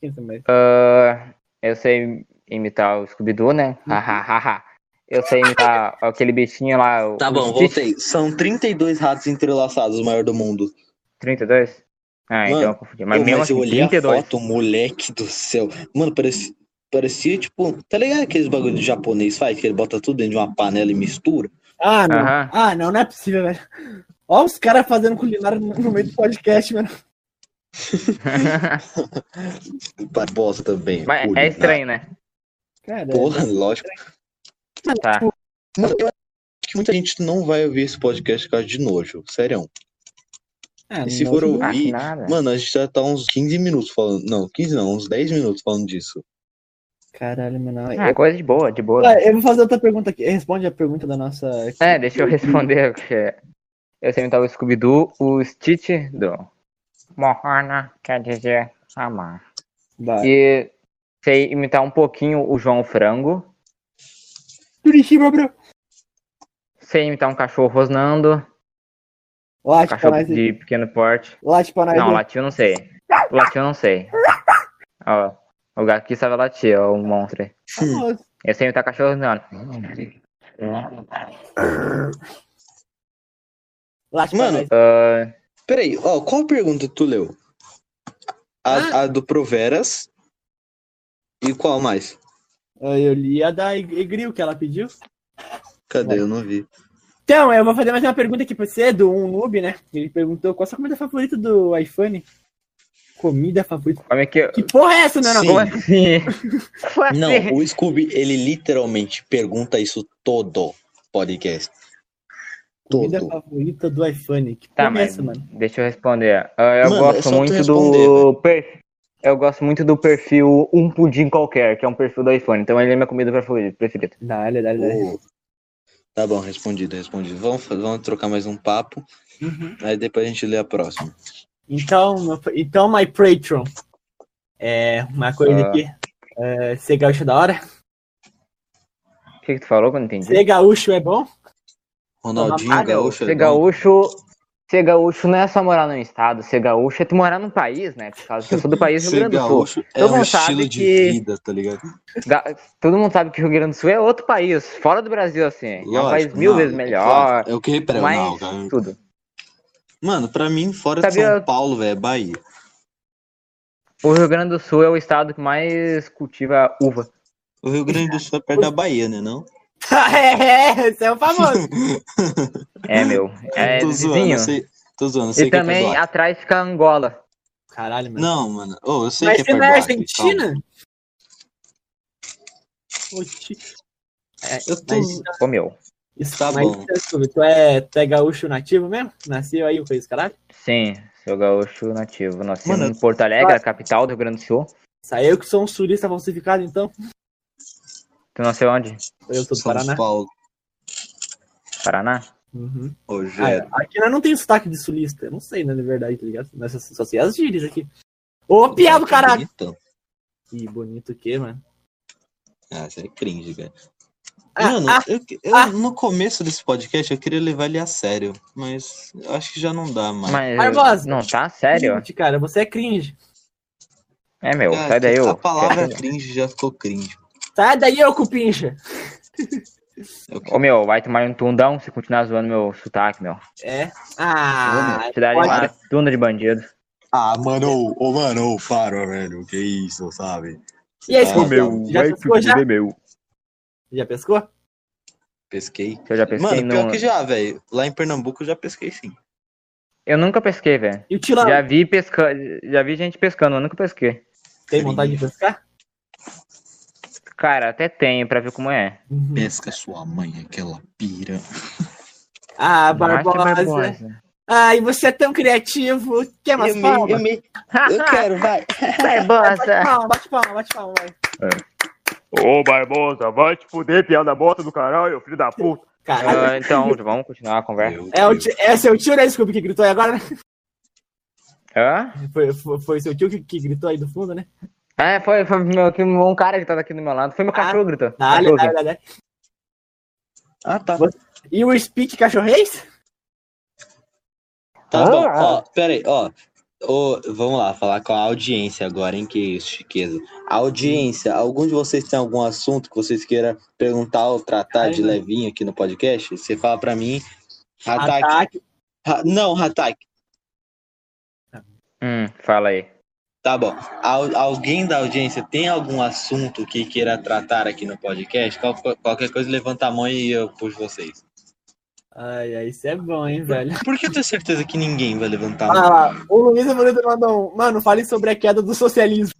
Quem você mais? Ah, eu sei imitar o Scooby-Doo, né? Hahaha. Eu sei imitar aquele bichinho lá. o- Tá o bom, Stitch, voltei. São 32 ratos entrelaçados, o maior do mundo. 32? Ah, Mano, então eu confundi. Mas Pô, mesmo mas eu assim, olhei 32. a foto, moleque do céu. Mano, parecia, Parecia, tipo, tá ligado aqueles bagulho de japonês faz, que ele bota tudo dentro de uma panela e mistura? Ah, não. Aham. Ah, não, não é possível, velho. Olha os caras fazendo culinária no no meio do podcast, mano. Pra Bosta também. *laughs* Mas é culinária. estranho, né? Cara, Porra, lógico. Tá. Mano, eu acho que muita gente não vai ouvir esse podcast por causa de nojo, sério. ah, E se não, for não. Ah, ouvir, nada. mano, a gente já tá uns 15 minutos falando. Não, 15 não, uns 10 minutos falando disso. Caralho, mano. Ah, Eu, coisa de boa, de boa. Ah, eu vou fazer outra pergunta aqui. Responde a pergunta da nossa. É, deixa eu responder. porque Eu sei imitar o Scooby-Doo, o Stitch do Mohana quer dizer amar. Da... E sei imitar um pouquinho o João Frango. Curitiba, bro. Sei imitar um cachorro rosnando. Um Late pra cachorro nós. aí. de pequeno porte. Late pra nós. Não, aí. latiu eu não sei. Latiu eu não sei. Ó, o gato que sabe latir, ó, o monstro. Nossa. Eu sei imitar cachorro rosnando. Late Mano, pra nós. Ah, Peraí, ó, qual pergunta tu leu? Ah! A, a do Proveras. E qual mais? Ah, Eu li a da Ig- Igril que ela pediu. Cadê? Eu não vi. Então, eu vou fazer mais uma pergunta aqui pra você, do um noob, né? Ele perguntou qual a sua comida favorita do iPhone. Comida favorita. como é que eu... Que porra é essa, né? Sim. Como assim? *laughs* Como assim? Não, o Scooby, ele literalmente pergunta isso todo podcast. Comida Todo. favorita do iPhone. Que porra Tá, é mas essa, mano? deixa eu responder. Ah, Eu Mano, é gosto só tu muito responder, do perfil. Eu gosto muito do perfil Um Pudim Qualquer, que é um perfil do iPhone. Então ele é minha comida preferi- preferida. Dale, dale, dale. Ô, Tá bom, respondido, respondido. Vamos, fa- vamos trocar mais um papo. Uhum. Aí depois a gente lê a próxima. Então, meu- então, my Patreon. É uma coisa Ah. aqui. É, ser gaúcho é da hora. O que, que tu falou que eu não entendi? Ser gaúcho é bom? *laughs* Ronaldinho Ah, meu, Gaúcho. é então. ser gaúcho. Ser gaúcho não é só morar num estado, ser gaúcho é tu morar num país, né? Por causa *laughs* que eu sou do país do Rio Ser Grande do Sul. gaúcho é Todo um mundo sabe estilo de que- vida, tá ligado? Ga- Todo mundo sabe que o Rio Grande do Sul é outro país, fora do Brasil, assim. é um país mil não, vezes é melhor, claro. É o que repreu, mais não, cara. tudo. Mano, pra mim, fora de Sabia- São Paulo, velho, é Bahia. O Rio Grande do Sul é o estado que mais cultiva uva. O Rio Grande do *laughs* Sul é perto da Bahia, né, não? é, esse é o famoso. *laughs* É, meu. É tô zoando, vizinho. eu sei, tô zoando, eu sei E que é também perto do Acre. atrás fica Angola. *laughs* Caralho, mano. Não, mano, ô, eu sei Mas que é perto você não do é Acre, calma. Argentina? então. Oxi. Eu tô... Mas- Ô, meu. Isso, Tá mas, bom. desculpa, tu é, tu é gaúcho nativo mesmo? Nasceu aí, coisa caralho? Sim, sou gaúcho nativo. Nasci Mano, em Porto Alegre, a capital do Rio Grande do Sul. Saiu que sou um surista falsificado, então. Tu nasceu onde? Eu sou um do São Paraná. Paulo, Paraná? Uhum. ô, Ah, Gé. é. aqui nós não tem sotaque de sulista. Eu não sei, né, na verdade, tá ligado? Nós só, só sei as gírias aqui. Ô, piá do caralho! Bonitão. Que bonito que, mano. Ah, isso é cringe, velho. Ah, Mano, ah, eu, eu- ah. no começo desse podcast eu queria levar ele a sério, mas eu acho que já não dá mais. Mas. Barbosa. Não, tá? Sério? Cringe, cara, você é cringe. É, meu. Ah, Sai daí, a eu. palavra cringe já ficou cringe. Sai daí, ô cupincha! Eu Ô, meu, vai tomar um tundão se continuar zoando meu sotaque, meu. É. Ah, Te darei pode- uma tunda de bandido. Ah, mano, ô mano, para, velho, que isso, sabe? E aí, Ah, Scooby? meu, já pescou já? meu. Já pescou? Pesquei. Eu já pesquei Mano, pior no... que já, velho. Lá em Pernambuco eu já pesquei sim. Eu nunca pesquei, velho. E o Tilão, Já vi pesca... já vi gente pescando, eu nunca pesquei. tem vontade de pescar? Cara, até tenho pra ver como é. Uhum. Pesca sua mãe, aquela pira. Ah, Márcio Barbosa. Ai, você é tão criativo. Quer mais palma? *laughs* quero, vai. Bate Barbosa. palma, bate palma, bate palma, vai. Ô, Barbosa, vai te fuder, piada da bota do caralho, filho da puta. Caralho. Ah, então, vamos continuar a conversa. Ah. É o ti- é seu tio, né, Scooby, que gritou aí agora? né? Hã? Foi, foi, foi seu tio que, que gritou aí do fundo, né? É, foi, foi meu, que um cara que tava aqui do meu lado. Foi meu cachorro gritando. Dale, Cachorro. dale, dale. Ah, tá. E o Speak Cachorreis? Tá Ah. bom, ó, peraí, ó. Ô, vamos lá, falar com a audiência agora, hein? Que isso, chiqueza. Audiência, algum de vocês tem algum assunto que vocês queiram perguntar ou tratar Ai, de mano. levinho aqui no podcast? Você fala pra mim. Hataque. Ataque. Ha- não, Hataque. Hum, fala aí. Tá bom. Al- alguém da audiência tem algum assunto que queira tratar aqui no podcast? Qual- qualquer coisa, levanta a mão e eu puxo vocês. Ai, ai, isso é bom, hein, velho. Por que eu tenho certeza que ninguém vai levantar a mão? Ah, lá, o Luiz Evoluto mandou um. Mano, fale sobre a queda do socialismo.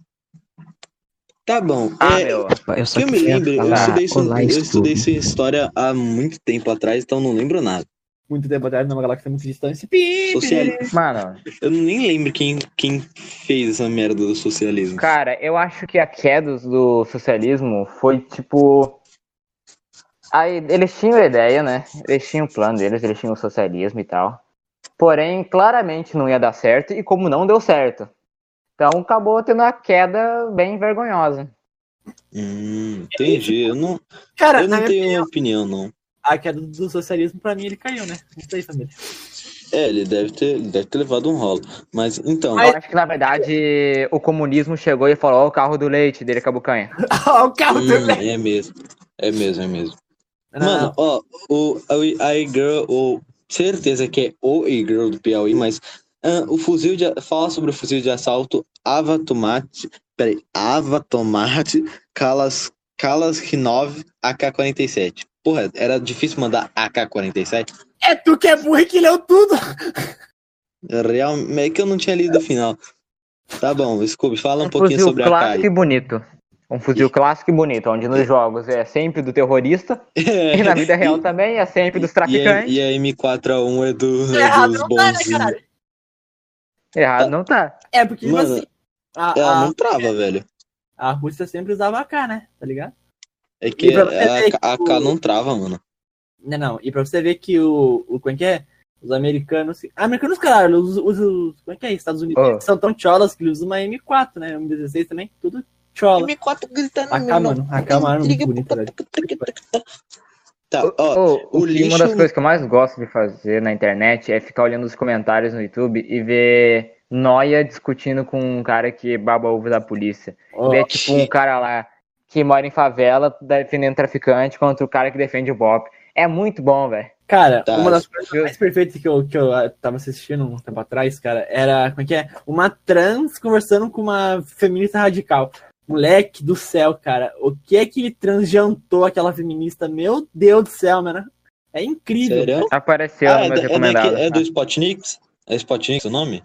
Tá bom. Ah, É, Eu meu. que só eu me queria lembro, eu falar, estudei, isso, olá, eu estudo. estudei isso em história há muito tempo atrás, então não lembro nada. Muito tempo atrás, numa galáxia muito distante. Pi, Sociali- Mano, Eu nem lembro quem, quem fez essa merda do socialismo. Cara, eu acho que a queda do socialismo foi tipo. Aí, eles tinham a ideia, né? Eles tinham o plano deles, eles tinham o socialismo e tal. Porém, claramente não ia dar certo, e como não deu certo. Então acabou tendo uma queda bem vergonhosa. Hum, entendi. Eu não, Cara, eu na não minha tenho opinião, não. a queda do socialismo, pra mim, ele caiu, né? Isso aí, *laughs* família. É, ele deve ter, ele deve ter levado um rolo. Mas então. Eu acho que na verdade o comunismo chegou e falou: Ó, o carro do leite dele acabou canha. Ah, o carro hum, também. é mesmo. É mesmo, é mesmo. Não, não, Mano, não. ó, o, a, a E-Girl, o, certeza que é o E-Girl do Piauí, mas ah, o fuzil de. a- Fala sobre o fuzil de assalto Ava Tomate. Peraí, Ava Tomate Kalas, Kalaskinov AK-47. Porra, era difícil mandar AK-47? É tu que é burro e que leu tudo. Real, é que eu não tinha lido o final. Tá bom, Scooby, fala um, pouquinho É fuzil sobre a clássico Kai. e bonito. Um fuzil clássico e bonito, onde nos jogos é sempre do terrorista, *laughs* e na vida real também é sempre dos É. E a, traficantes. e a M4A1 é, do, é Errado dos não tá, né, bonzinhos. caralho? Errado não tá. É porque, tipo Mano, assim, a, Ela a, não trava, velho. a Rússia sempre usava AK, né? Tá ligado? É que E pra a, você ver a, que K o- não trava, mano. Não, não. E pra você ver que o. o como é que é? Os americanos. Americanos, caralho, os, os, os- Como é que é? Estados Unidos Ó. são tão cholas que eles usam uma M4, né? M16 também, tudo chola. M4 gritando. AK, mano. é AK, mano, muito bonito, velho. Tá, ó. Ô, o o que- lixo- Uma das coisas que eu mais gosto de fazer na internet é ficar olhando os comentários no YouTube e ver Noia discutindo com um cara que baba ovo da polícia. Ó, Ver tipo um cara lá que mora em favela defendendo traficante contra o cara que defende o BOP. É muito bom, velho. Cara, Tá. uma das coisas mais perfeitas que eu, que eu ah, tava assistindo um tempo atrás, cara, era, como é que é? Uma trans conversando com uma feminista radical. Moleque do céu, cara, o que é que trans jantou aquela feminista? Meu Deus do céu, mano. É incrível. Sério? Apareceu Ah, no é, meu da- é, recomendado. tá? daquele- é do Spotnix? É Spotnix o nome?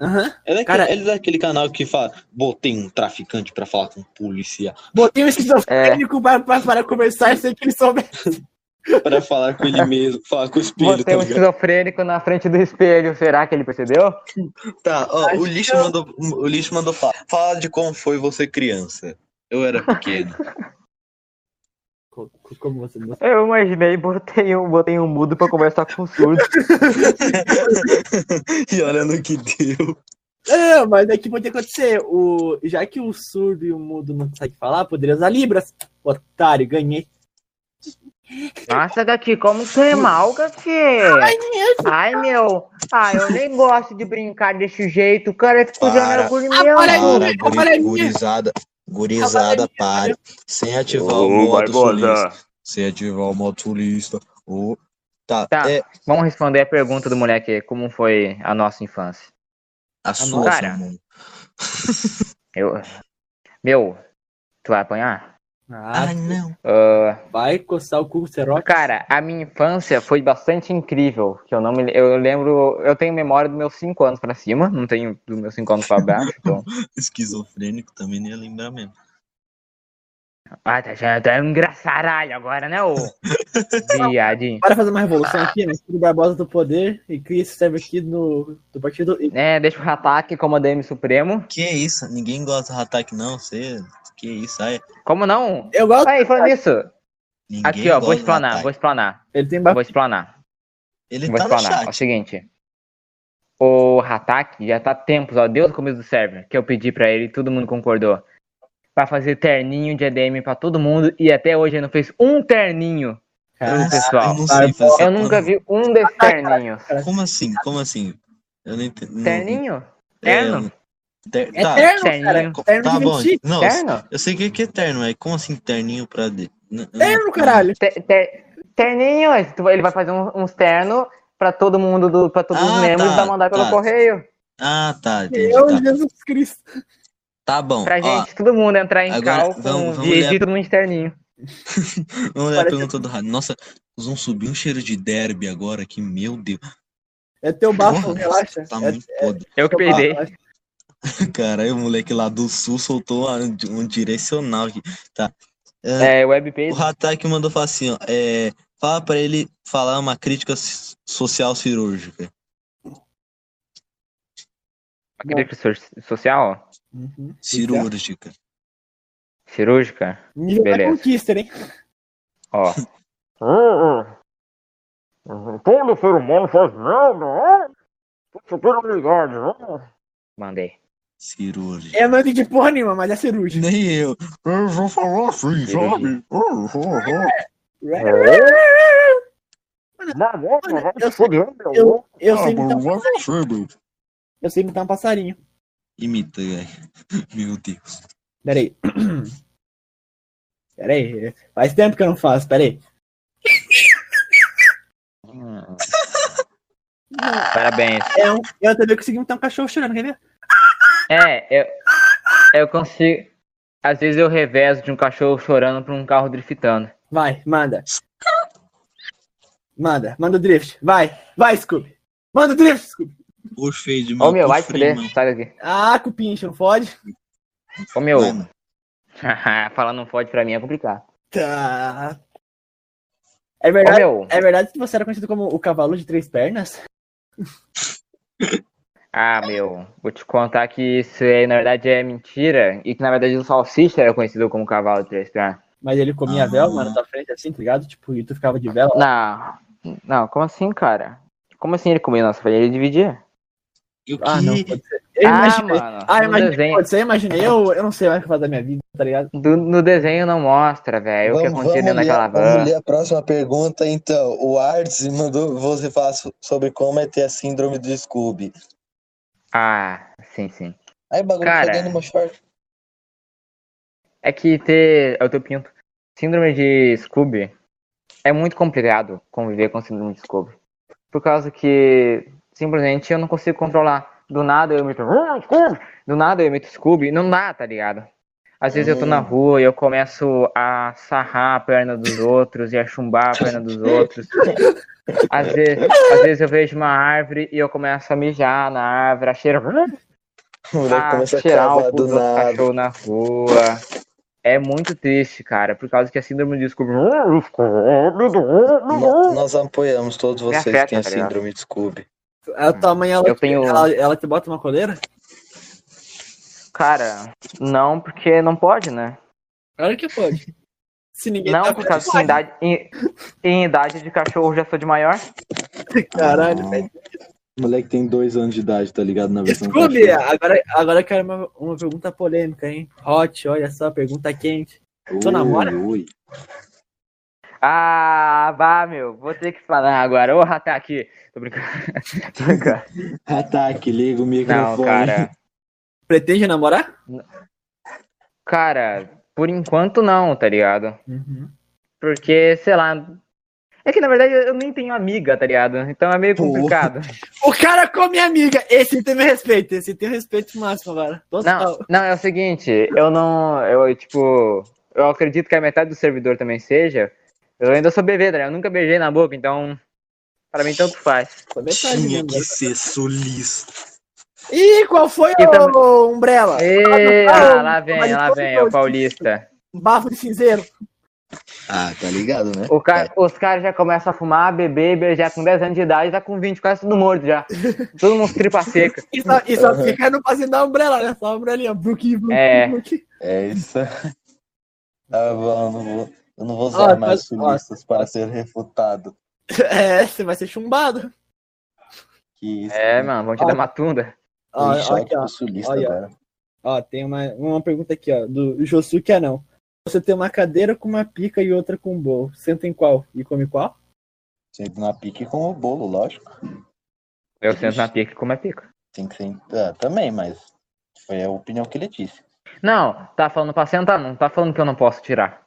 Aham. É daquele, Cara- é daquele canal que fala, botei um traficante pra falar com um policial, Botei um esquizofrênico pra, pra, para conversar sem que ele soubesse. pra falar com *laughs* ele mesmo, falar com o espelho, Botei tá um ligado? esquizofrênico na frente do espelho. Será que ele percebeu? *laughs* Tá, ó, o lixo eu- mandou, o lixo mandou falar. Fala de como foi você criança. Eu era *laughs* pequeno. Co- co- Como você não Eu imaginei, botei um, botei um mudo pra conversar com o surdo. e olha no que deu. É, mas é que pode acontecer. O... Já que o surdo e o mudo não conseguem falar, poderia usar Libras. Otário, ganhei. Nossa, Gati, como que é mal, Gati? Ai, meu. Ai, eu nem gosto de brincar desse jeito. O cara é ficou Para. Ah, jogando comigo. Para, Para, guri- Amarelinha. gurizada. Gurizada, pare. Sem ativar o Ô, modo solista. Barbosa. Sem ativar o modo solista. Ô. Tá, Tá. é Vamos responder a pergunta do moleque aí, como foi a nossa infância. a sua, cara. mano. Eu... Meu, tu vai apanhar? Ah, Ah, não. *laughs* Ah, vai coçar o cu, é seró. cara, a minha infância foi bastante incrível. Que eu não me... Eu lembro... Eu tenho memória dos meus 5 anos pra cima. Não tenho dos meus 5 anos pra baixo. Então... Esquizofrênico também nem ia lembrar mesmo. Ah, tá achando tá engraçaralho agora, né, ô? Viadinho. Para fazer uma revolução aqui, né? Tira o Barbosa do poder e cria esse server aqui no... do partido. E... É, deixa o ataque como ADM Supremo. Que isso? Ninguém gosta do ataque, não. Você. Que isso? Ai, Como não? Eu gosto. Aí, falando nisso, ninguém aqui ó, gosta vou do explanar, Hatak. vou explanar, Ele tem vou bafo. explanar, Ele vou tá no explanar. É o chat. seguinte, o Hatak já tá há tempos, ó, Deus começo do server, que eu pedi pra ele e todo mundo concordou, pra fazer terninho de ADM pra todo mundo e até hoje ele não fez um terninho. Ah, Eu- um pessoal. Ah, eu não sei fazer Eu nunca quando- vi um desses terninhos. Como assim? Como assim? Eu não entendi. não- Terninho? É, Terno? ter- É tá, terno, Terninho. cara. Terno tá de bom. mentir. Não, Terno? eu sei o que que é terno, é como assim terninho pra. de- N- eu não- Terno, caralho. Ter- ter- Terninho, ele vai fazer um- uns ternos pra todo mundo, do, pra todos Ah, os membros tá, da mandar pelo tá. correio. Ah, tá, entendi. Meu Tá, Jesus Cristo. Tá bom. Pra Ó, gente, todo mundo entrar em agora cal com vamos- um vamos ler a- Dieguito num externinho. vamos ler a Parece- pergunta do rádio. Nossa, nós vamos subir um cheiro de derby agora que, meu Deus. É teu bafo, Porra, relaxa. Tá é muito podre. *laughs* Eu que teu perdi. bafo. Cara, aí o moleque lá do sul soltou uma- um direcional aqui. Tá. Ah, É, O webpage. Hatak mandou falar assim, ó, é, fala pra ele falar uma crítica s- social cirúrgica. Crítica so- social? Uhum. Cirúrgica. Cirúrgica? Nível da Beleza. conquista, hein? Ó. Todo ser humano faz merda, ó. Superioridade, ó. Mandei. Cirúrgica. Eu não entendi porra nenhuma, mas é cirúrgica. Nem eu. Eu vou falar assim, sabe? é. Mamota, Olha, vai eu- te fuder, meu. Eu, eu, assim, sei imitar, um- falar eu sei imitar um passarinho. Imita, cara. *laughs* Meu Deus. *clears throat* Peraí. Peraí. Faz tempo que eu não faço, peraí. Hum. Parabéns. É um, eu também consegui imitar um cachorro chorando, quer ver? É, eu, eu consigo. Às vezes eu revezo de um cachorro chorando pra um carro driftando. Vai, manda. Manda, manda o drift. Vai, vai, Scooby. Manda o drift, Scooby. Por feio de Ô meu, por vai te freio, fuder, mano. sai daqui. Ah, cupincha, não fode? Ô meu, Mano, *laughs* falar não pode pra mim é complicado. Tá. É Ô verdade, meu, é verdade que você era conhecido como o cavalo de três pernas? ah meu, vou te contar que isso aí na verdade é mentira e que na verdade o salsicha era conhecido como cavalo de três pernas. Mas ele comia Ah. vela mano, na tua frente, assim, tá ligado? Tipo, e tu ficava de vela. Ah, Não, não, como assim, cara? Como assim ele comia nossa família? Ele dividia? eu Ah, não, que... pode ser. Eu imaginei. mano, Ah, no imaginei. desenho, Pode ser, imaginei. Eu, eu não sei mais o que fazer da minha vida, tá ligado? do- no desenho não mostra, velho, o que acontecia dentro daquela van. vamos ler a próxima pergunta, então. O Arts mandou você falar so- sobre como é ter a síndrome do Scooby. Ah, sim, sim. Aí o bagulho Cara. tá dando uma *laughs* short. É que ter. Eu tô pinto. Síndrome de Scooby é muito complicado conviver com síndrome de Scooby. Por causa que simplesmente eu não consigo controlar. Do nada eu emito. "Ah, Scooby!" Do nada eu emito Scooby. Não dá, tá ligado? Às vezes eu tô na rua e eu começo a sarrar a perna dos outros e a chumbar a perna dos outros. Às vezes, às vezes eu vejo uma árvore e eu começo a mijar na árvore, a cheirar. "Ah, O moleque ah, começa a cheirar o cavar cu do do outro nada. cachorro na rua. É muito triste, cara, por causa que a síndrome de Scooby No- Nós apoiamos todos vocês afeta, que têm a tá ligado? síndrome de Scooby. A tua mãe, ela, Eu tenho- ela, ela te bota uma coleira? Cara, não, porque não pode, né? Claro que *laughs* pode. Se ninguém Não, tá por causa que em idade, em, em idade de cachorro já sou de maior. Caralho, Ah. velho. O moleque tem dois anos de idade, tá ligado? Na versão Scooby, cachorro. agora, agora eu quero uma, uma pergunta polêmica, hein? Hot, olha só, pergunta quente. tu Ui, é. namora? ui. Ah, vá, meu, vou ter que falar agora. Ô, Ratá aqui. Tô brincando. *laughs* Tô brincando. Ataque, liga o microfone. Não, cara. Pretende namorar? Cara, por enquanto não, tá ligado? Porque, sei lá. É que na verdade eu nem tenho amiga, tá ligado? Então é meio Pô. complicado. O cara come amiga! Esse tem meu respeito, esse tem o respeito máximo agora. Total. Não, não, é o seguinte, eu não. Eu, tipo, eu acredito que a metade do servidor também seja. Eu ainda sou bebê, tá ligado? Eu nunca beijei na boca, então. Pra mim tanto faz. Foi metade Tinha mesmo, que velho. ser solista. Ih, qual foi E o também- Umbrella? Ê, Tá. não, ah, lá mas vem, lá todo vem, o mundo. paulista. Bafo de cinzeiro. Ah, tá ligado, né? O cara, os caras já começam a fumar, beber, beijar com 10 anos de idade, tá com 20, quase tudo *laughs* morto já. Todo mundo tripa seca. E só, e só fica no passinho da Umbrella, né? Só a Umbrellinha. Brook, Brook, Uhum. É. Brook. É isso. *laughs* Tá bom, eu não vou, eu não vou Ó, usar tá- mais ó. sulistas para ser refutado. É, você vai ser chumbado. Que isso. É, mano, vão te dar matunda. Ó, Fui em ó, choque aqui, ó. com sulista Olha. agora. Ó, tem uma, uma pergunta aqui, ó, do Josuke Anão. Você tem uma cadeira com uma pica e outra com um bolo. Senta em qual? E come qual? Sendo na pique com o bolo, lógico. Eu sento na pica e como é pica. Tem que ser. Ah, também, mas foi a opinião que ele disse. Não, tá falando pra sentar, não tá falando que eu não posso tirar.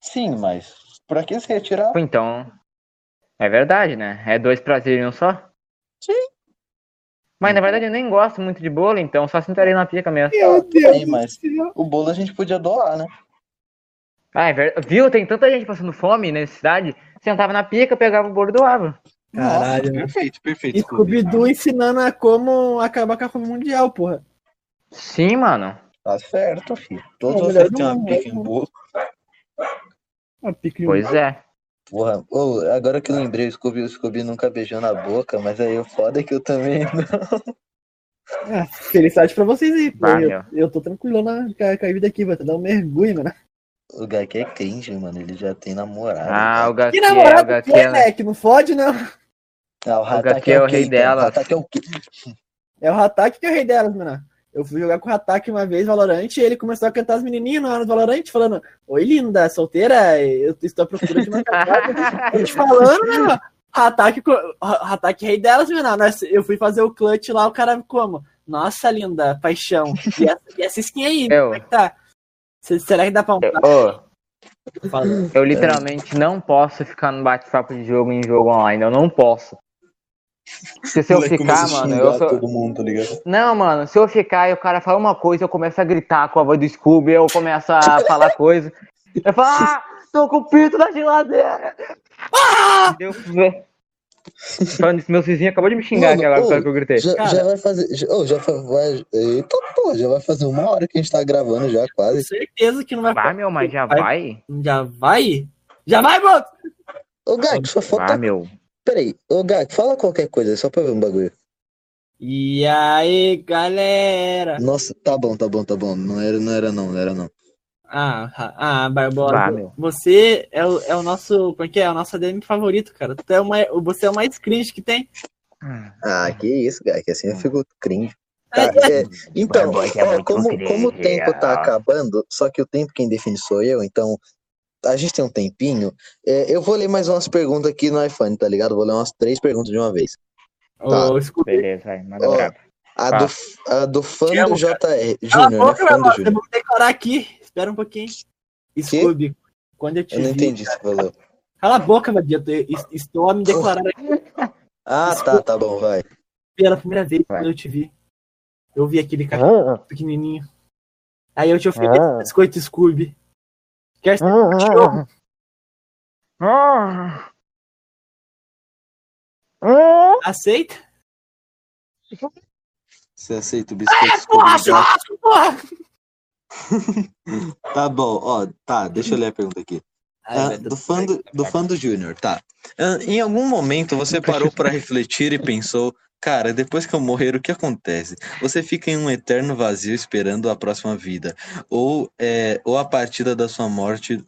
Sim, mas pra que se retirar? Pô, Então, é verdade, né? É dois prazeres em um só? Sim. Mas na verdade eu nem gosto muito de bolo, então só sentarei na pica mesmo. Meu Deus Aí, mas- do céu. O bolo a gente podia doar, né? Ah, é ver- viu? Tem tanta gente passando fome nessa cidade. Sentava na pica, pegava o bolo e doava. Caralho. né? Nossa, perfeito, perfeito. E Scooby-Doo ensinando a como acabar com a fome mundial, porra. Sim, mano. Tá certo, filho. Não, Todos vocês melhor têm uma não, pica em né? não. bolo. Ah, Uma pica em um- Pois é. Porra, ô, agora que eu lembrei, o Scooby, o Scooby nunca beijou na boca, mas aí o foda é que eu também. Ah, felicidade pra vocês aí, pô. Bah, eu, meu. eu tô tranquilo na com a com a vida aqui, vou até dar um mergulho, mano. O Gaki é cringe, mano. Ele já tem namorado. Ah, o Gaki Que é o namorado Gaki. que é, é- né? Que não fode, não. Ah, o Hatake Gaki é o rei Ken, cara. dela. O Hatake é o quê? É o Hatak que é o rei delas, mano. Eu fui jogar com o Hatak uma vez, Valorante, e ele começou a cantar as menininhas na hora do Valorante, falando: Oi, linda, solteira, eu estou à procura de uma *laughs* casada. A gente falando, né, mano? Hatak, co- Ha- Hatak é rei delas, mano. Nós- Eu fui fazer o clutch lá, o cara como? Nossa, linda, paixão. E essa, e essa skin aí, Eu. como é que tá? Se- Será que dá pra um Eu, *laughs* ô, falando? eu literalmente não posso ficar no bate-papo de jogo em jogo online. Eu não posso. Porque se eu Moleque ficar, começa a mano, xingar eu sou. todo mundo, tá ligado? Não, mano, se eu ficar e o cara fala uma coisa, eu começo a gritar com a voz do Scooby, eu *laughs* começo a falar coisa. Eu falo, ah, tô com o pinto na geladeira. Ah! Deu... Falando isso, meu vizinho acabou de me xingar Mano, aquela ô, hora que eu gritei. Já, Cara. já vai fazer. Já, ô, já fa- vai. Eita, pô, já vai fazer uma hora que a gente tá gravando já, Com quase. certeza que não vai. Vai, meu, mas já vai? Já vai? Já vai, Boto! Ô, Gak, só Vai, falta. Ah, meu. tá- Peraí, ô, Gak, fala qualquer coisa, só pra eu ver um bagulho. E aí, galera? Nossa, tá bom, tá bom, tá bom. Não era, não era, não, não era, não. Ah, ah, ah, Barbosa, Vá, meu. você é o, é o nosso, porque é o nosso ADM favorito, cara. Tu é o mai- você é o mais cringe que tem. Ah, que isso, Gak, assim eu fico cringe. É, Tá, é, então, Barbosa é ó, muito como, como o cringe, tempo ó. é tá acabando, só que o tempo quem define sou eu, então a gente tem um tempinho. É, eu vou ler mais umas perguntas aqui no iPhone, tá ligado? Vou ler umas três perguntas de uma vez. Tá. Ô, Scooby, Beleza, vai, manda Ó, brabo. A, Tá. do, a do fã Te amo, do JR. cala a Júnior, né? boca, Fã do Barbosa, eu Júnior. vou declarar aqui. Espera um pouquinho. Scooby, quando eu te Eu não vi- entendi o que você falou. Cala a boca, Badito, eu es- estou a me declarar aqui Ah, tá, tá bom, vai. pela primeira vez quando Vai. eu te vi. Eu vi aquele cachorro Hum, pequenininho. Aí eu te ofereci um hum, biscoito Scooby. Quer ser hum, cachorro? Ah. hum. Hum, Aceita? Você aceita o biscoito? É, né? Porra, Scooby, já? churrasco, porra! Tá bom, ó, tá, deixa eu ler a pergunta aqui. Ah, do fã é do, do, fã do Júnior, tá. Ah, em algum momento *laughs* você parou pra refletir e pensou, cara, depois que eu morrer, o que acontece? Você fica em um eterno vazio esperando a próxima vida. Ou, é, ou a partida da sua morte.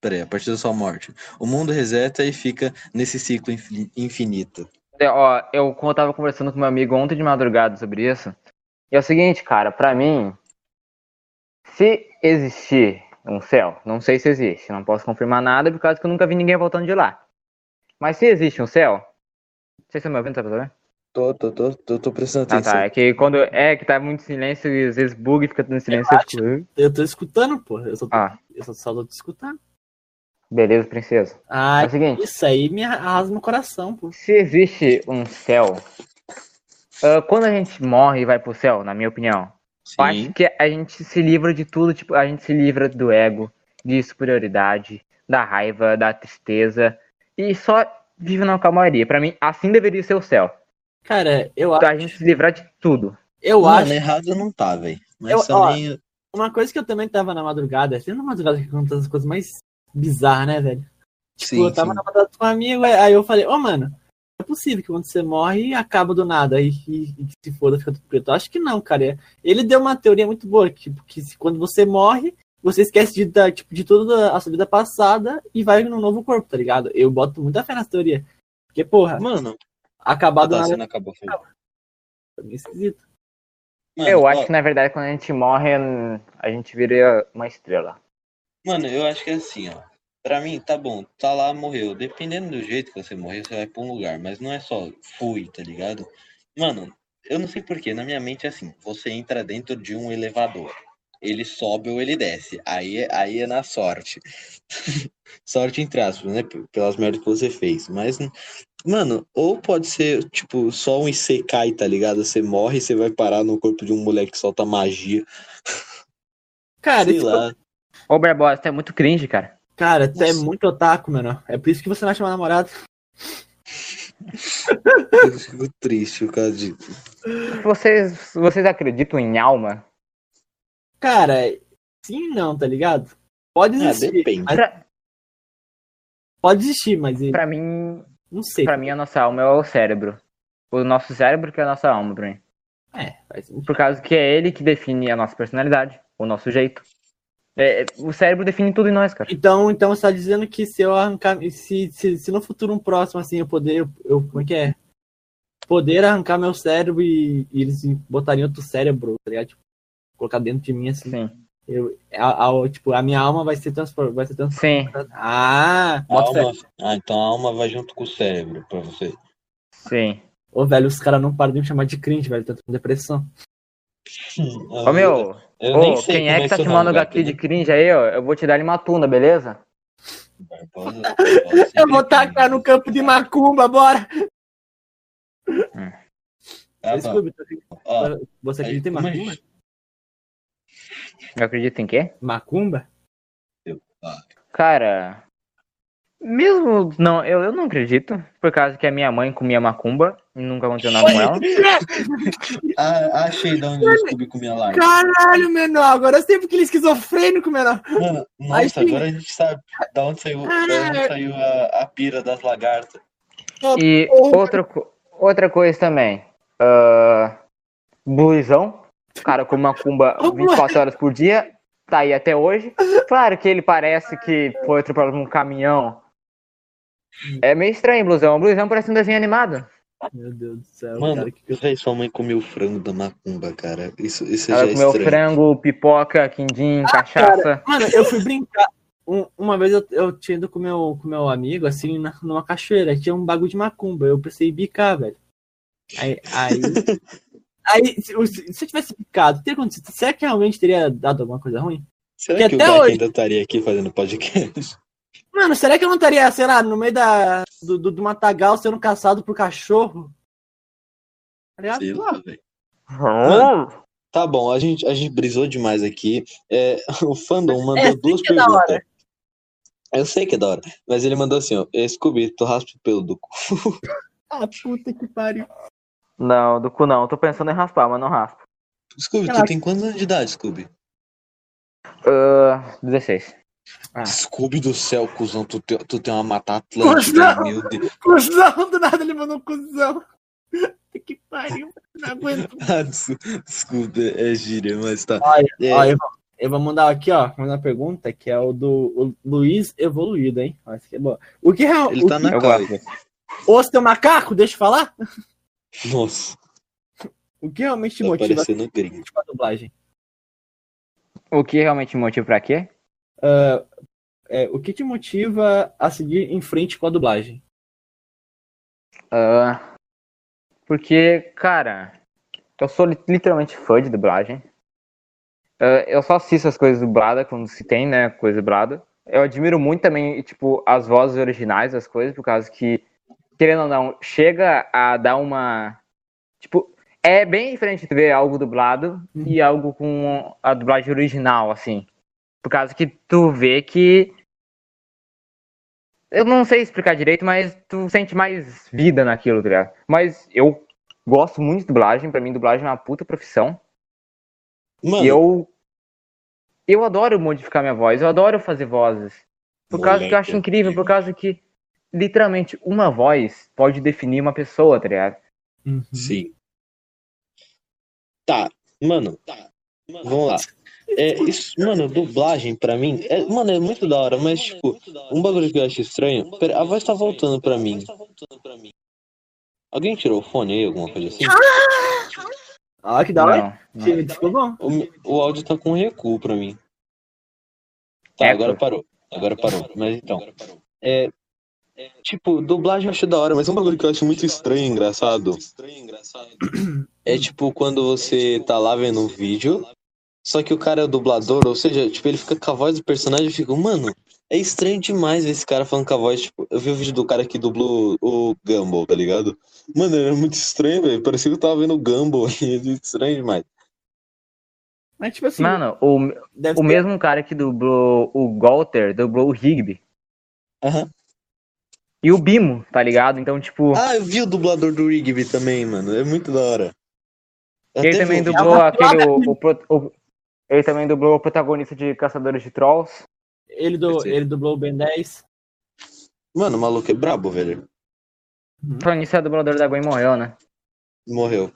Peraí, a partir da sua morte. O mundo reseta e fica nesse ciclo infin- infinito. É, Ó, eu, como eu tava conversando com meu amigo ontem de madrugada sobre isso, e é o seguinte, cara, pra mim, se existir um céu, não sei se existe, não posso confirmar nada por causa que eu nunca vi ninguém voltando de lá. Mas se existe um céu, vocês estão me ouvindo, tá vendo? Tô, tô, tô, tô, tô prestando Ah, tá, é que quando é que tá muito silêncio e às vezes bug fica no silêncio. eu fico, "Hã?" Eu tô escutando, porra. Eu só tô, Ah, eu só, só tô te escutando. beleza, princesa. É Ah, o seguinte, isso aí me arrasa no coração, pô. se existe um céu, ah, quando a gente morre e vai pro céu, na minha opinião, Eu acho que a gente se livra de tudo, tipo, a gente se livra do ego, de superioridade, da raiva, da tristeza e só vive na calmaria. Pra mim, assim deveria ser o céu. Cara, eu acho. A gente se livrar de tudo. Eu Mano, acho. errado não tá, velho. Mas Eu- também. Uma coisa que eu também tava na madrugada, assim, na madrugada que acontece as coisas mais bizarras, né, velho? Tipo, sim, eu tava sim. na madrugada com um amigo, aí eu falei, ô, mano, não é possível que quando você morre acaba do nada e, e, e que se foda, fica tudo preto. Eu acho que não, cara. É- Ele deu uma teoria muito boa, que, que se- quando você morre, você esquece de, da, tipo, de toda a sua vida passada e vai num novo corpo, tá ligado? Eu boto muita fé nessa teoria. Porque, porra, Mano, acabar do tá, você nada não acabou. filho. é meio esquisito. Mano, eu ó, acho que, na verdade, quando a gente morre, hum, a gente vira uma estrela. Mano, eu acho que é assim, ó. Pra mim, tá bom, tá lá, morreu. Dependendo do jeito que você morrer, você vai pra um lugar. Mas não é só fui, tá ligado? Mano, eu não sei porquê. Na minha mente é assim: você entra dentro de um elevador. Ele sobe ou ele desce. Aí, é- aí é na sorte. *laughs* sorte entre aspas, né? P- Pelas merdas que você fez. Mas, mano, ou pode ser, tipo, só um Isekai, tá ligado? Você morre e você vai parar no corpo de um moleque que solta magia. Cara, Sei esse- lá. Ô, Barbosa, tu é muito cringe, cara. cara, tu é muito otaku, mano. É por isso que você não acha uma namorada. Eu fico triste por causa disso. Vocês, vocês acreditam em alma? Cara, sim não, tá ligado? Pode Ah, existir. depende. mas- Pra- Pode existir, mas ele- Pra mim, não sei. Pra mim, a nossa alma é o cérebro. O nosso cérebro que é a nossa alma, pra mim. É, faz sentido. Por causa que é ele que define a nossa personalidade, o nosso jeito. É, é, o cérebro define tudo em nós, cara. Então, então você tá dizendo que se eu arrancar. Se, se, se no futuro um próximo, assim, eu poder. Eu, eu- como é que é? Poder arrancar meu cérebro e, e eles botariam outro cérebro, tá ligado? Tipo, colocar dentro de mim, assim. Sim. Eu, a, a- tipo, a minha alma vai ser transformada. Vai ser transformada. Sim, Ah, A bota fé. alma- Ah, então a alma vai junto com o cérebro pra você. sim. Ô, velho, os caras não param de me chamar de cringe, velho. Tanto com depressão. Ô, meu, eu ô, quem é que tá chamando o Gaki né? de cringe aí, ó? Eu vou te dar ele uma tunda, beleza? Eu vou tacar no campo de macumba, bora! Tá bom. Desculpe, Ó, então, Tá, você aí, acredita em como é? a macumba? Eu acredito em quê? Macumba? Cara. Mesmo. Não, eu, eu não acredito. Por causa que a minha mãe comia macumba e nunca aconteceu nada com ela. Ah, achei de onde eu descobri com minha live. Caralho, menor! Agora eu sei porque ele é esquizofrênico, menor! Mano, Aí nossa, sim. agora a gente sabe de onde saiu, da onde saiu a, a pira das lagartas. E outra, co- outra coisa também. ah, bluizão. Cara, com macumba 24 horas por dia. Tá aí até hoje. Claro que ele parece que foi atropelado por um caminhão. É meio estranho, blusão. O blusão parece um desenho animado. Meu Deus do céu, Mano, cara. Que... Eu sei, sua mãe comeu frango da macumba, cara. Isso, isso já Ela é comeu estranho. frango, pipoca, quindim, cachaça. Mano, eu fui brincar. Um- uma vez eu, eu tinha ido com meu, com meu amigo, assim, na- numa cachoeira. Tinha um bagulho de macumba. Eu pensei em bicar, velho. Aí. Aí, aí se, eu- se eu tivesse bicado, teria acontecido? Será que realmente teria dado alguma coisa ruim? Será Que que, o até Gaki hoje- ainda estaria aqui fazendo podcast? Mano, será que eu não estaria, sei lá, no meio da, do, do, do matagal sendo caçado por cachorro? Tá ligado? Sei lá, velho. Hum, Tá bom, a gente, a gente brisou demais aqui. É, *laughs* o fandom mandou É, sei duas que é da hora. perguntas. Eu sei que é da hora, mas ele mandou assim, ó, Scooby, tu raspa o pelo do cu. Ah, puta que pariu. Não, do cu não. Tô pensando em raspar, mas não raspo. Scooby, tu Caraca. tem quantos anos de idade, Scooby? Ah, 16. Ah. Scooby do céu, cuzão, tu, te- tu tem uma mata atlântica, Cuzão! meu Deus. *laughs* Cusão, do nada ele mandou um cuzão. Puta que pariu. Não aguento. Ah, des- Desculpa, é gíria, mas tá. Olha, É, Ó, eu, vou- eu vou mandar aqui, ó, uma pergunta que é o do o Luiz Evoluído, hein? Ó, esse aqui é bom. O que real- ele o tá que- na Eu cara. gosto. Ô, seu um macaco, deixa eu falar. Nossa, O que realmente te tá motiva parecendo gringo. a dublagem? O que realmente motivo pra quê? É, o que te motiva a seguir em frente com a dublagem? Ah, porque, cara, eu sou li- literalmente fã de dublagem. Ah, eu só assisto as coisas dubladas quando se tem, né? Coisa dublada. Eu admiro muito também, tipo, as vozes originais das coisas, por causa que, querendo ou não, chega a dar uma. Tipo, é bem diferente tu ver algo dublado e algo com a dublagem original, assim. Por causa que tu vê que. Eu não sei explicar direito, mas tu sente mais vida naquilo, tá ligado? Mas eu gosto muito de dublagem, pra mim dublagem é uma puta profissão. Mano, E eu. Eu adoro modificar minha voz, eu adoro fazer vozes. Por causa que eu Moleque, acho incrível, por causa que literalmente uma voz pode definir uma pessoa, tá ligado? Uhum. Sim. Tá, mano, tá. Mano, Vamos lá. É, isso, mano, dublagem pra mim. É, mano, é muito da hora, mas, tipo, um bagulho que eu acho estranho. Pera, a voz tá voltando pra mim. Alguém tirou o fone aí, alguma coisa assim? Ah, que da hora. Não, não. Sim, Ficou bom. O, mi- o áudio tá com recuo pra mim. Tá, Eco. agora parou. Agora parou. Mas então. É. Tipo, dublagem eu acho da hora, mas um bagulho que eu acho muito estranho e engraçado. É tipo quando você tá lá vendo um vídeo Só que o cara é o dublador, ou seja, tipo, ele fica com a voz do personagem e fica, mano, é estranho demais ver esse cara falando com a voz. Tipo, eu vi o vídeo do cara que dublou o Gumball, tá ligado? Mano, era muito estranho, velho. Parecia que eu tava vendo o Gumball. *laughs* estranho demais. Mas, tipo assim, Mano, o, deve o ter- mesmo cara que dublou o Golter, dublou o Rigby. Aham. E o Bimo, tá ligado? Então, tipo, Ah, eu vi o dublador do Rigby também, mano. É muito da hora. ele Até um também vou- dublou aquele. O, o pro- o- ele também dublou o protagonista de Caçadores de Trolls. ele, do, ele dublou o Ben 10. Mano, o maluco é brabo, velho. Falando nisso, a dubladora da Gwen morreu, né? Morreu.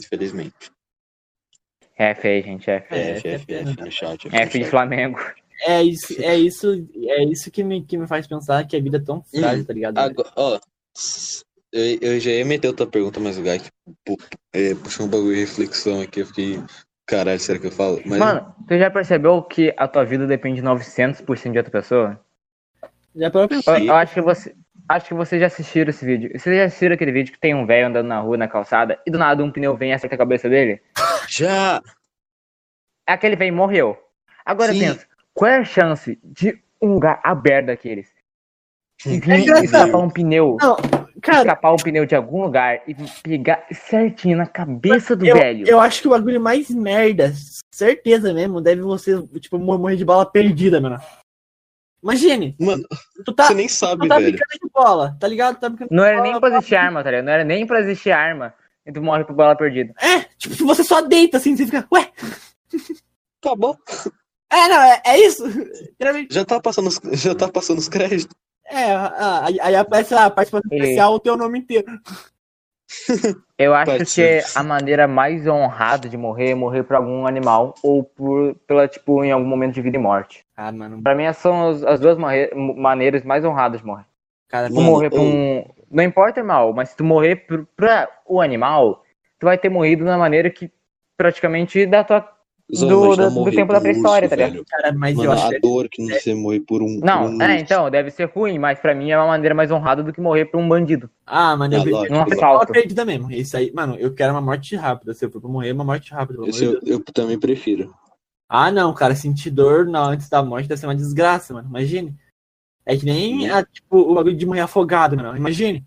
Infelizmente. É feio, gente, é feio. É, F, é F, F, no chat. É feio de Flamengo. É isso, é isso, é isso que, me, que me faz pensar que a vida é tão frágil, tá ligado? Agora, ó, eu, eu já ia meter outra pergunta, mas o Gak pu- é, puxou um bagulho de reflexão aqui, eu fiquei, caralho, será que eu falo? Mas, Mano, tu já percebeu que a tua vida depende 900% de outra pessoa? Já parou pra Eu, eu acho que você. Acho que vocês já assistiram esse vídeo. Vocês já assistiram aquele vídeo que tem um velho andando na rua, na calçada, e do nada um pneu vem e acerta a cabeça dele? já, Aquele velho morreu. Agora Sim. pensa, qual é a chance de um lugar aberto daqueles? Vir É engraçado. escapar um pneu, Não, cara, escapar um pneu de algum lugar e pegar certinho na cabeça do eu, velho. eu acho que o bagulho mais merda, certeza mesmo, deve você, tipo, mor- morrer de bala perdida, mano. Imagine, mano, tu tá, você nem sabe, tu tá velho. brincando de bola, tá ligado? Tá brincando Não de era bola, nem pra existir arma, tá ligado? Não era nem pra existir arma. E tu morre por bola perdida. É, tipo, você só deita assim, você fica, ué, Acabou, é, não, é, *laughs* é isso. Literalmente, já tá passando os, já tá passando os créditos. É, ah, aí, aí aparece lá, participação Ei. especial, o teu nome inteiro. Eu acho Pode que é ser. a maneira mais honrada de morrer é morrer por algum animal ou por, pela, tipo, em algum momento de vida e morte. Ah, mano, Pra mim, essas são as, as duas marre- maneiras mais honradas de morrer. cara, é tu Mano, morrer pra eu- um. Não importa o animal, mas se tu morrer pro- pra o animal, tu vai ter morrido na maneira que praticamente da tua. Zó, Do- imagina do- do morrer tempo por da um pré-história, urso, tá ligado? velho. cara, mas Mano, eu acho a é- que dor que você morrer por um Não, por um é, urso. então, deve ser ruim, mas pra mim é uma maneira mais honrada do que morrer pra um bandido. Ah, mano, eu, Ah, eu, lógico, Num lógico. eu assalto. acredito mesmo. Isso aí, mano, eu quero uma morte rápida. Se eu for pra morrer, é uma morte rápida. pelo amor Esse de eu, Deus. eu também prefiro. Ah, não, cara, sentir dor na antes da morte deve ser uma desgraça, mano. Imagine. É que nem a, tipo, o bagulho de morrer afogado, mano. Imagine.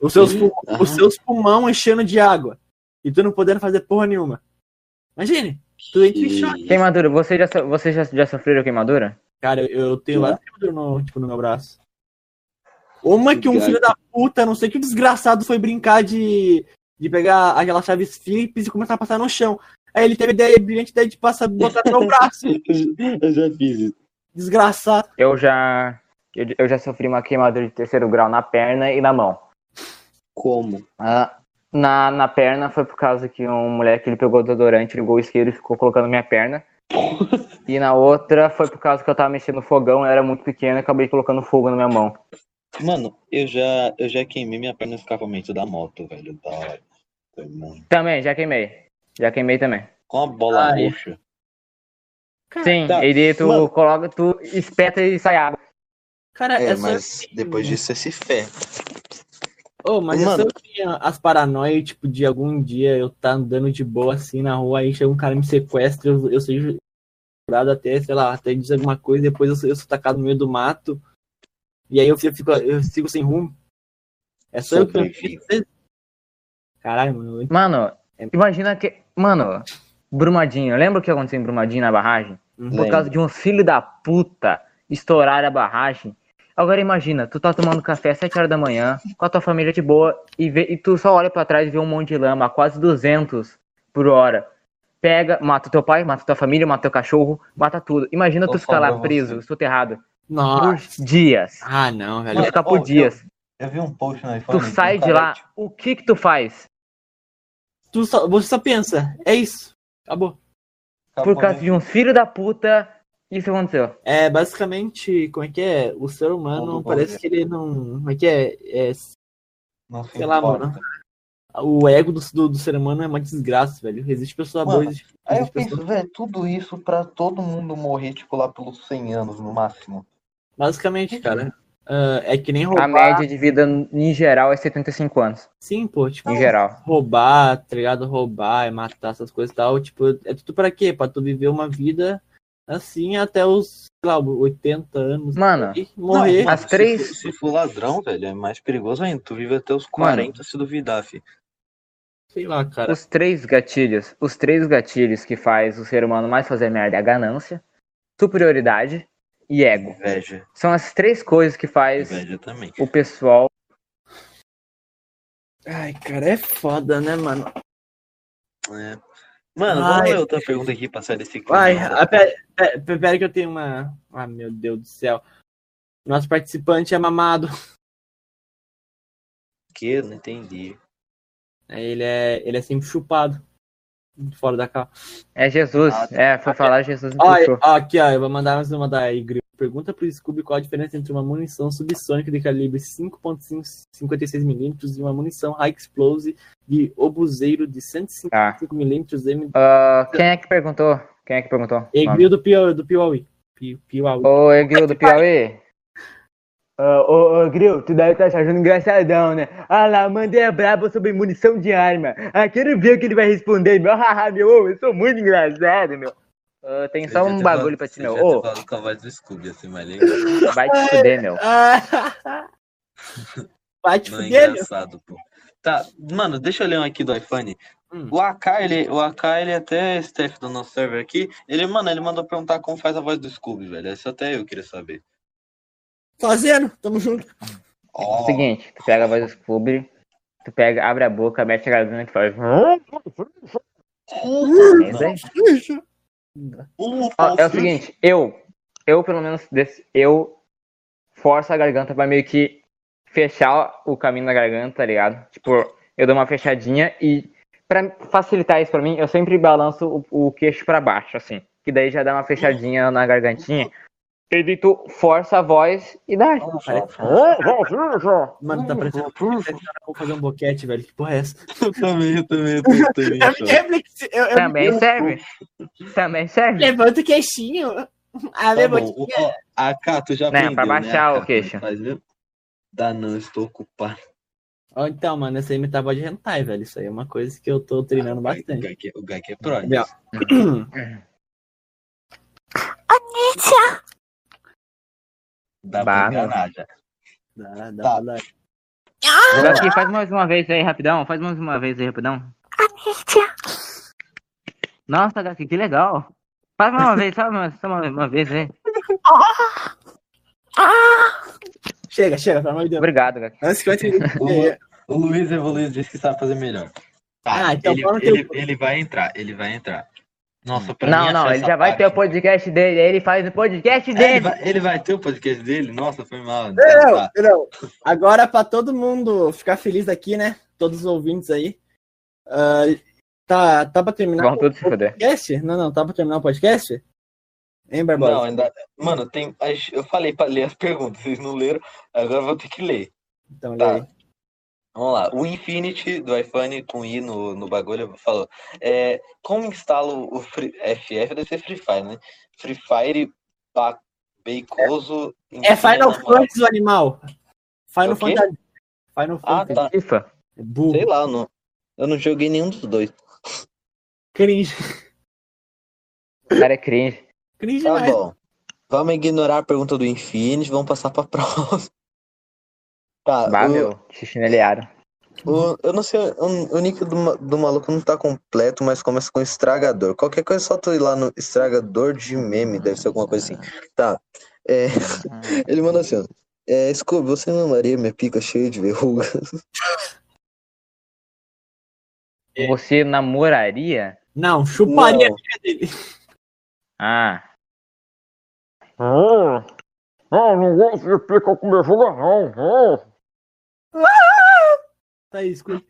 Os seus, pul- Ah, os seus pulmão enchendo de água. E tu não podendo fazer porra nenhuma. Imagine. Tu entra em que- choque. Queimadura, vocês já, so- vocês já, já sofreram queimadura? Cara, eu, eu Né? tenho várias queimaduras no, tipo, no meu braço. Uma que um filho da puta, não sei que desgraçado, foi brincar de, de pegar aquela chave Phillips e começar a passar no chão. Aí ele teve a ideia, a brilhante ideia de passar, botar no *laughs* meu braço. eu já fiz isso. Desgraçado. Eu já. Eu, eu já sofri uma queimadura de terceiro grau na perna e na mão. Como? Ah, Na, na perna foi por causa que um moleque ele pegou desodorante, ligou o isqueiro e ficou colocando na minha perna. E na outra foi por causa que eu tava mexendo no fogão, eu era muito pequeno e acabei colocando fogo na minha mão. Mano, eu já, eu já queimei minha perna no escapamento da moto, velho. Da hora. Foi muito. Também, já queimei. Já queimei também. Com a bola Ai. roxa. Sim, Tá, e daí tu mano. coloca, tu espeta e sai água. Cara, É, né? essa. mas depois disso você se ferra. Ô, mas Mano. essa eu tinha as paranoias, tipo, de algum dia eu tá andando de boa assim na rua, aí chega um cara e me sequestra, eu, eu seja jurado até, sei lá, até diz alguma coisa, depois eu sou, eu sou tacado no meio do mato, e aí eu fico, eu fico- eu sigo sem rumo. É só eu que eu Sobrevive. Caralho, mano. eu- Mano, imagina que. Mano, Brumadinho, lembra o que aconteceu em Brumadinho na barragem? por causa de um filho da puta estourar a barragem. Agora imagina, tu tá tomando café às 7 horas da manhã, com a tua família de boa, e, vê- e tu só olha pra trás e vê um monte de lama, quase 200 por hora. Pega, mata teu pai, mata tua família, mata teu cachorro, mata tudo. Imagina Vou tu ficar lá falar preso, você. soterrado, por Nossa. dias. Ah, não, Tu velho. ficar ó, por eu- dias. Eu vi um post no Tu iPhone. de um sai de cara, lá, tipo, o que que tu faz? Tu só- você só pensa, é isso. Acabou. acabou, Por causa né? de um filho da puta, isso aconteceu. É, basicamente, como é que é? O ser humano Vamos parece ver. que ele não. Como é que é? É Não se sei lá, importa. mano. o ego do, do, do ser humano é uma desgraça, velho. Existe pessoa Mano, boa, existe, Aí eu existe pessoa... penso, velho, tudo isso pra todo mundo morrer, tipo, lá pelos 100 anos no máximo. Basicamente, cara. ah, é que nem roubar. A média de vida em geral é 75 anos. Sim, pô, tipo, Em geral. roubar, tá ligado? Roubar e matar essas coisas e tal. Tipo, é tudo pra quê? Pra tu viver uma vida assim até os, sei lá, 80 anos. Mano, E morrer. As se três- for- Se for ladrão, velho, é mais perigoso ainda. Tu vive até os 40 se duvidar, fi. Sei lá, cara. os três gatilhos, os três gatilhos que faz o ser humano mais fazer merda é a ganância, superioridade e ego. Inveja. São as três coisas que faz Inveja também. o pessoal. Ai, cara, é foda, né, mano? É. Mano, Ai. vamos ler outra pergunta aqui pra sair desse clima. né? Ai, ah, pera, pera- pera que eu tenho uma. Ah, meu Deus do céu. Nosso participante é mamado. Que eu não entendi. É, Ele é, ele é sempre chupado. Fora da capa. É Jesus. Ah, é, foi falar Jesus me Ó, puxou. ó, aqui, ó. Eu vou mandar, mas eu vou mandar aí, Grilo. Pergunta pro Scooby qual a diferença entre uma munição subsônica de calibre 5.56mm e uma munição high explosive de obuseiro de Tá. 155mm M. Ah, quem é que perguntou? Quem é que perguntou? Egril do Piauí. Do Piauí. Pi- Piauí. Ô, Egil do Piauí. Ah, Ô, ô, Gril, tu deve tá estar achando engraçadão, né? Ah lá, mandei a braba sobre munição de arma. Ah, quero ver o que ele vai responder, meu. Haha, meu, ô, eu sou muito engraçado, meu. Ah, tem só um bagulho pra ti, meu. Ô, com a voz do Scooby, assim, mas legal. vai te fuder, meu. *laughs* Ah, Vai te Não é fuder, meu. engraçado, pô. Tá, mano, deixa eu ler um aqui do iPhone. Hum. O AK, ele, o AK, ele é até staff do nosso server aqui. Ele, mano, ele mandou perguntar como faz a voz do Scooby, velho. Isso até eu queria saber. Fazendo, tamo junto. É o seguinte, tu pega a voz do Scooby, tu pega, abre a boca, mete a garganta e faz. É isso aí. Ó, é o seguinte, eu, eu pelo menos desse, eu forço a garganta pra meio que fechar o caminho da garganta, tá ligado? Tipo, eu dou uma fechadinha e pra facilitar isso pra mim, eu sempre balanço o, o queixo pra baixo, assim. Que daí já dá uma fechadinha na gargantinha. E daí tu força a voz e dá. Mano, tá parecendo. Vou fazer um boquete, velho. Que porra é essa? Eu também, eu também, eu também, eu também. Eu me- eu- eu me- Também serve. Também serve. Levanta o queixinho. Ah, Tá levanta bom. o O- ó, AK, tu já Né, pra aprendeu, né, baixar o AK? queixo. Faz mesmo? Dá não, estou ocupado. Ó, então, mano, essa aí me tava de hentai, velho. Isso aí é uma coisa que eu tô treinando O bastante. Gaki, o Gaki é pro. Não. Dá pra Bah, não. enganar já. *coughs* Dá, Tá. dá, dá. Aqui, faz mais uma vez aí, rapidão. Faz mais uma vez aí, rapidão. Nossa, Gaki, que legal. Faz mais uma vez, só uma, só uma, uma vez aí. Chega, chega, pelo amor de Deus. Obrigado, Gaki. Antes que *laughs* eu entre- É, O Luiz evoluiu disse que sabe fazer melhor. Tá, Ah, então ele, fala no ele, teu- ele vai entrar, ele vai entrar. Nossa, pra mim Não, não, achar ele essa já vai parte- ter o podcast dele, aí ele faz o podcast É, ele, dele. vai, ele vai ter o podcast dele? Nossa, foi mal. Não, Tá. não. Agora, pra todo mundo ficar feliz aqui, né? Todos os ouvintes aí. Ah, tá, tá pra terminar Vão todos se o fuder. podcast? Não, não, tá pra terminar o podcast? Hein, Barbosa? Não, ainda. Mano, tem. as- Eu falei pra ler as perguntas, vocês não leram, agora eu vou ter que ler. Então, olha Tá. aí. Vamos lá. O Infinity do iPhone com I no, no bagulho falou. É, como instalo o Free, FF? Deve ser Free Fire, né? Free Fire ba, Beicoso. É Final Namorado. Fantasy o animal. Final O quê? Fantasy. Final Ah, Fantasy. tá. FIFA. Burro. Sei lá, eu não. Eu não joguei nenhum dos dois. Cringe. O cara é cringe. Cringe é. Tá demais. bom. Vamos ignorar a pergunta do Infinity, vamos passar pra *laughs* próxima. Tá, Bah, o- meu, te chinelearam. o- eu não sei, o, o nick do, ma- do maluco não tá completo, mas começa com estragador. Qualquer coisa, é só tu ir lá no estragador de meme, deve ser alguma coisa assim. Tá. É, *laughs* ele manda assim, ó. É, Scooby, você não amaria minha pica cheia de verruga? Você namoraria? Não, chuparia. Não. Ah, Ah, ah, não gosto de pica com bejuga, não. Ah. Tá aí, escuta.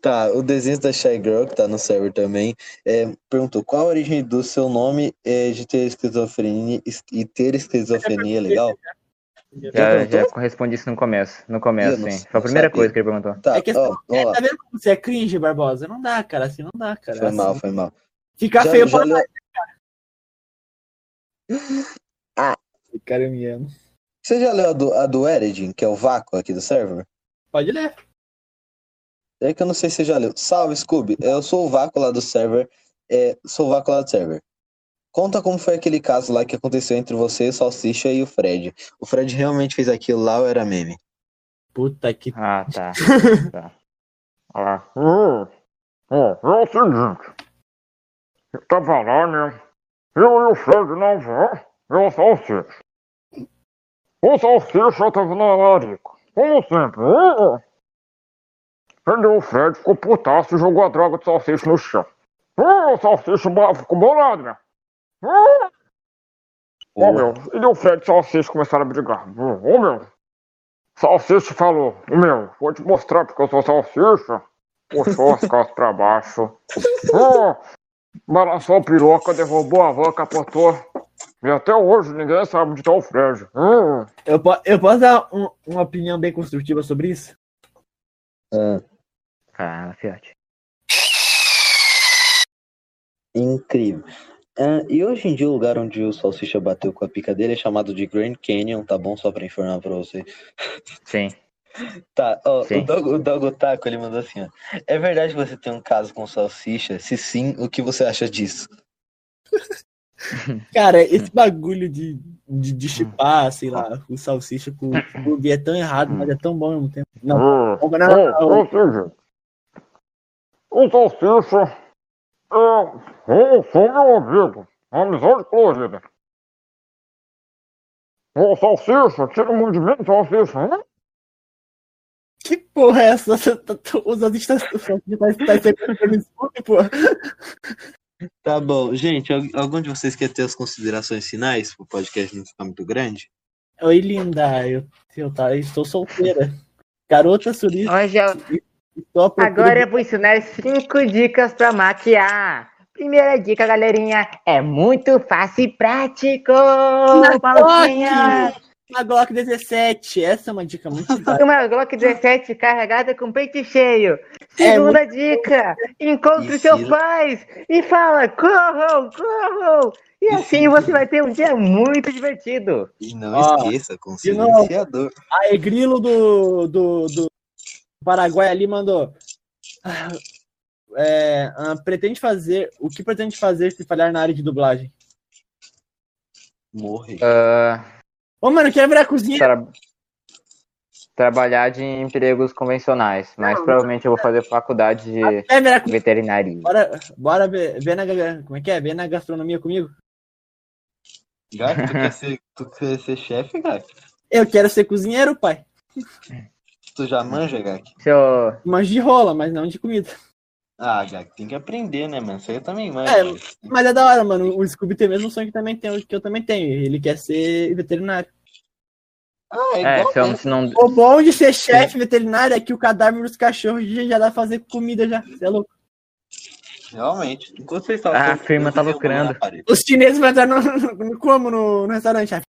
Tá, o desenho da Shy Girl, que tá no server também, é, perguntou qual a origem do seu nome é, de ter esquizofrenia es- e ter esquizofrenia, legal? já, perguntou? já correspondi isso no começo. No começo, Eu não- sim. Foi a não primeira sabia. coisa que ele perguntou. Tá, É questão- ó, ó, Tá vendo como você é cringe, Barbosa? Não dá, cara. Assim não dá, cara. foi Assim, mal, foi mal. Ficar Já- feio já pra leu- Cara, eu me amo. Você já leu a do, a do Eredin, que é o vácuo aqui do server? Pode ler. É que eu não sei se você já leu. Salve, Scooby. Eu sou o vácuo lá do server. É, sou o vácuo lá do server. Conta como foi aquele caso lá que aconteceu entre você, o Salsicha e o Fred. O Fred realmente fez aquilo lá ou era meme? Puta que. Ah, *laughs* tá. tá. Olha lá. Hum, ó, é o seguinte. Eu tava lá, né? Eu e o Fred na van, eu salsicha. O salsicha tava na larica. Como sempre. Hum, Prendeu o Fred, ficou putaço e jogou a droga do salsicha no chão. Hum, o salsicha ba- ficou bolado, né? Hum. Ô meu, ele e o Fred e o Salsicha começaram a brigar. Hum, Ô meu, Salsicha falou: Ô meu, vou te mostrar porque eu sou Salsicha. Puxou as calças pra baixo. Hum, balançou a piroca, derrubou a van, capotou. E até hoje ninguém sabe onde tá o Fred. Hum. Eu, po- eu posso dar um- uma opinião bem construtiva sobre isso? Ah, Ah, fiote. incrível. Ah, e hoje em dia o lugar onde o Salsicha bateu com a pica dele é chamado de Grand Canyon, tá bom? Só pra informar pra você. Sim. Tá, ó, o Sim. Dogo, o Dogo Taco, ele mandou assim, ó. É verdade que você tem um caso com salsicha? Se sim, o que você acha disso? Cara, esse bagulho de, de, de chipar, sei lá, o salsicha com o Scooby é tão errado, mas é tão bom ao mesmo tempo. Não, Hum. não, não, É, não, não. ou seja, o Salsicha é, eu sou meu amigo, uma amizade colorida. Ô Salsicha, tira o mundo de mim, Salsicha. Hum? Que porra é essa? Você tá- tá- Os artistas tá sempre pelo Scooby, pô. Tá bom, gente, al- algum de vocês quer ter as considerações finais pro podcast não ficar muito grande? Oi, linda, eu, eu, tá, eu estou solteira. Garota surista, Angel, estou à procura agora eu vou ensinar cinco dicas pra maquiar. Primeira dica, galerinha, é muito fácil e prático. Maluquinha. de uma Glock 17. Essa é uma dica muito válida. Uma Glock 17 carregada com peito cheio. É Segunda dica, encontre Isso. seus pais e fala, corram, corram. E assim você vai ter um dia muito divertido. Ah, E não Ó, esqueça, com de novo. silenciador. Aí, Grilo do, do, do Paraguai ali mandou. Ah, é, ah, pretende fazer. O que pretende fazer se falhar na área de dublagem? Morre. É. Ô, mano, quer virar cozinha? Tra- Trabalhar de empregos convencionais, mas provavelmente eu vou fazer faculdade de Quer virar cozinha? veterinaria. Bora, bora ver, ver na. ga- Como é que é? Ver na gastronomia comigo? Gato, tu quer ser, tu quer ser chefe, Gato? Eu quero ser cozinheiro, pai. Tu já manja, Gato? Seu... Manjo de rola, mas não de comida. *laughs* Ah, Gato, tem que aprender, né, mano? Você também manja. É, Mas é da hora, mano. O Scooby tem o mesmo sonho que, também tem, que eu também tenho. Ele quer ser veterinário. ah, É, igual se eu, se não, O bom de ser chefe veterinário é que o cadáver dos cachorros já já dá pra fazer comida já. Você é louco. Realmente. Enquanto vocês estavam Ah, a falando, firma eu tá desenhei uma lucrando. na parede. Os chineses vão entrar no, no, no- como no, no restaurante, chefe?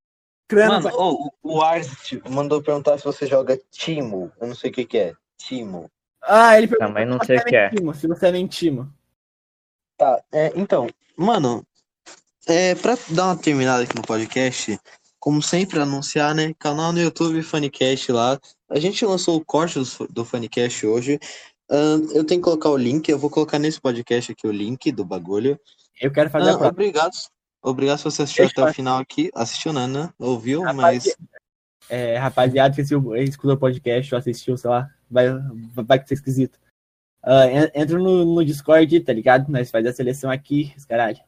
Crânio, Mano, pai. ô, o, o Arzit tá- mandou perguntar se você joga Timo. Eu não sei o que que é. Timo. Ah, ele perguntou também não se sei o você que é. mentimo, se você é mentimo. Tá, é, então, mano, é, pra dar uma terminada aqui no podcast, como sempre, anunciar, né? Canal no YouTube, Funicast lá. A gente lançou o corte do, do Funicast hoje. Ahn, eu tenho que colocar o link, eu vou colocar nesse podcast aqui o link do bagulho. Eu quero fazer Ahn, a prova. obrigado. Obrigado se você assistiu Deixa até eu- o final aqui. Assistiu, né? né? Ouviu, Rapaz, mas. É, rapaziada, que assistiu- escutou o podcast ou assistiu, sei lá, vai, vai ser esquisito. Ah, en- entra no, no Discord, tá ligado? Nós faz a seleção aqui, esse caralho.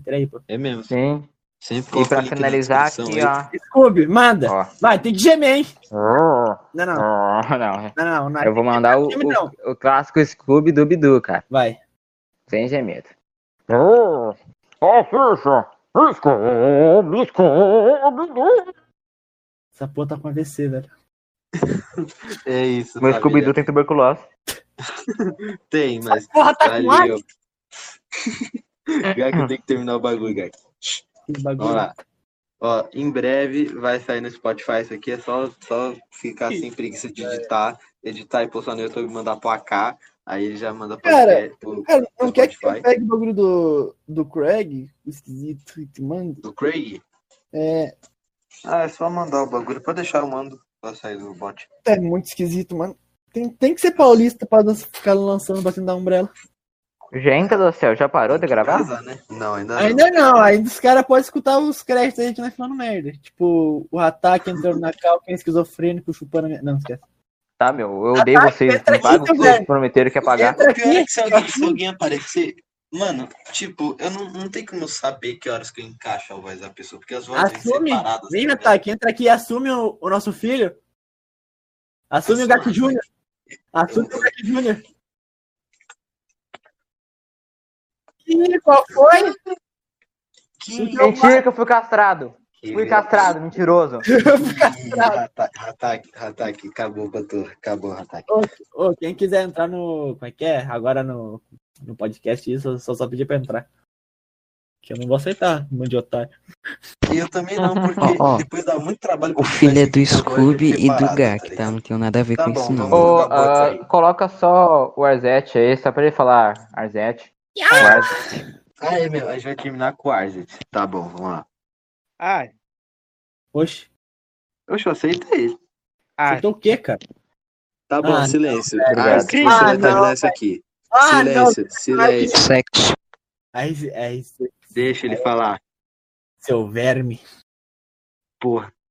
Entra aí, pô. É mesmo. Sim. Sempre E coloca o pra link na finalizar descrição aqui, aí. ó. Scooby, manda! ó. Vai, tem que gemer, hein? Ah, Não, não, Não, *laughs* não. não, não. não. Eu vou mandar o, o, o clássico Scooby Dooby Doo, cara. Vai. Sem gemido. ah, Salsicha, Scooby, Scooby, Doo. Essa porra tá com AVC, velho. É isso. Meu família. Scooby Doo tem tuberculose. Tem, mas. Porra, tá com ar? Valeu. *laughs* Gak, eu tenho que terminar o bagulho, Gak. Que Vamos bagulho. lá. Ó, em breve vai sair no Spotify isso aqui. É só, só ficar sem preguiça de editar, editar e postar no YouTube, mandar pra cá. Aí ele já manda pra Cara, pro, Cara, não pro quer que eu Spotify. pegue o bagulho do, do Craig, o esquisito, e te manda? Do Craig? É, Ah, é só mandar o bagulho. Pode deixar, eu mando pra sair do bot. É muito esquisito, mano. Tem, tem que ser paulista pra dan- ficar lançando, batendo da Umbrella. Gente do céu, já parou de gravar? Casa, né? Não, ainda não. Ainda não, ainda os caras podem escutar os créditos aí que nós falando merda. Tipo, o ataque entrando na calca, é esquizofrênico, chupando a minha... Não, esquece. Tá, meu, eu odeio vocês. Não pagam o que vocês prometeram que ia pagar. Entra O pior é aqui, que se alguém, se alguém aparecer. Mano, tipo, eu não, não tenho como eu saber que horas que eu encaixo a voz da pessoa, porque as vozes Assume. vêm separadas. vem tá ligado? ataque, entra aqui e assume o, o nosso filho. Assume o Gato Júnior. Assume o Gato Júnior. Ih, qual foi? Que Mentira que eu fui castrado. Fui Fui castrado, mentiroso. Ataque, ataque, acabou, Batu, acabou, ataque. Ô, quem quiser entrar no. Como é que é? Agora no, no podcast, isso, só só pedir pra entrar. Que eu não vou aceitar, um monte de otário. E eu também não, porque Ó, ó. depois dá muito trabalho. O pra filho é fazer do isso, agora Scooby então, eu e do preparado, Gak, tá? ligado? Não tem nada a ver Tá com bom, isso, não. vamos. Ô, ah, coloca só o Arzete aí, só pra ele falar Arzete. Arzete. Ah, é, meu, a gente vai terminar com o Arzit. Tá bom, vamos lá. Ai, Oxe, Oxe, eu aceitei. ai. aceitou o quê, cara? Tá bom, Ah, silêncio. Obrigado. Obrigado. Você vai terminar isso aqui. Ah, não! Silêncio, silêncio. Sexo. Aí, aí, Deixa ele falar. seu verme. Porra,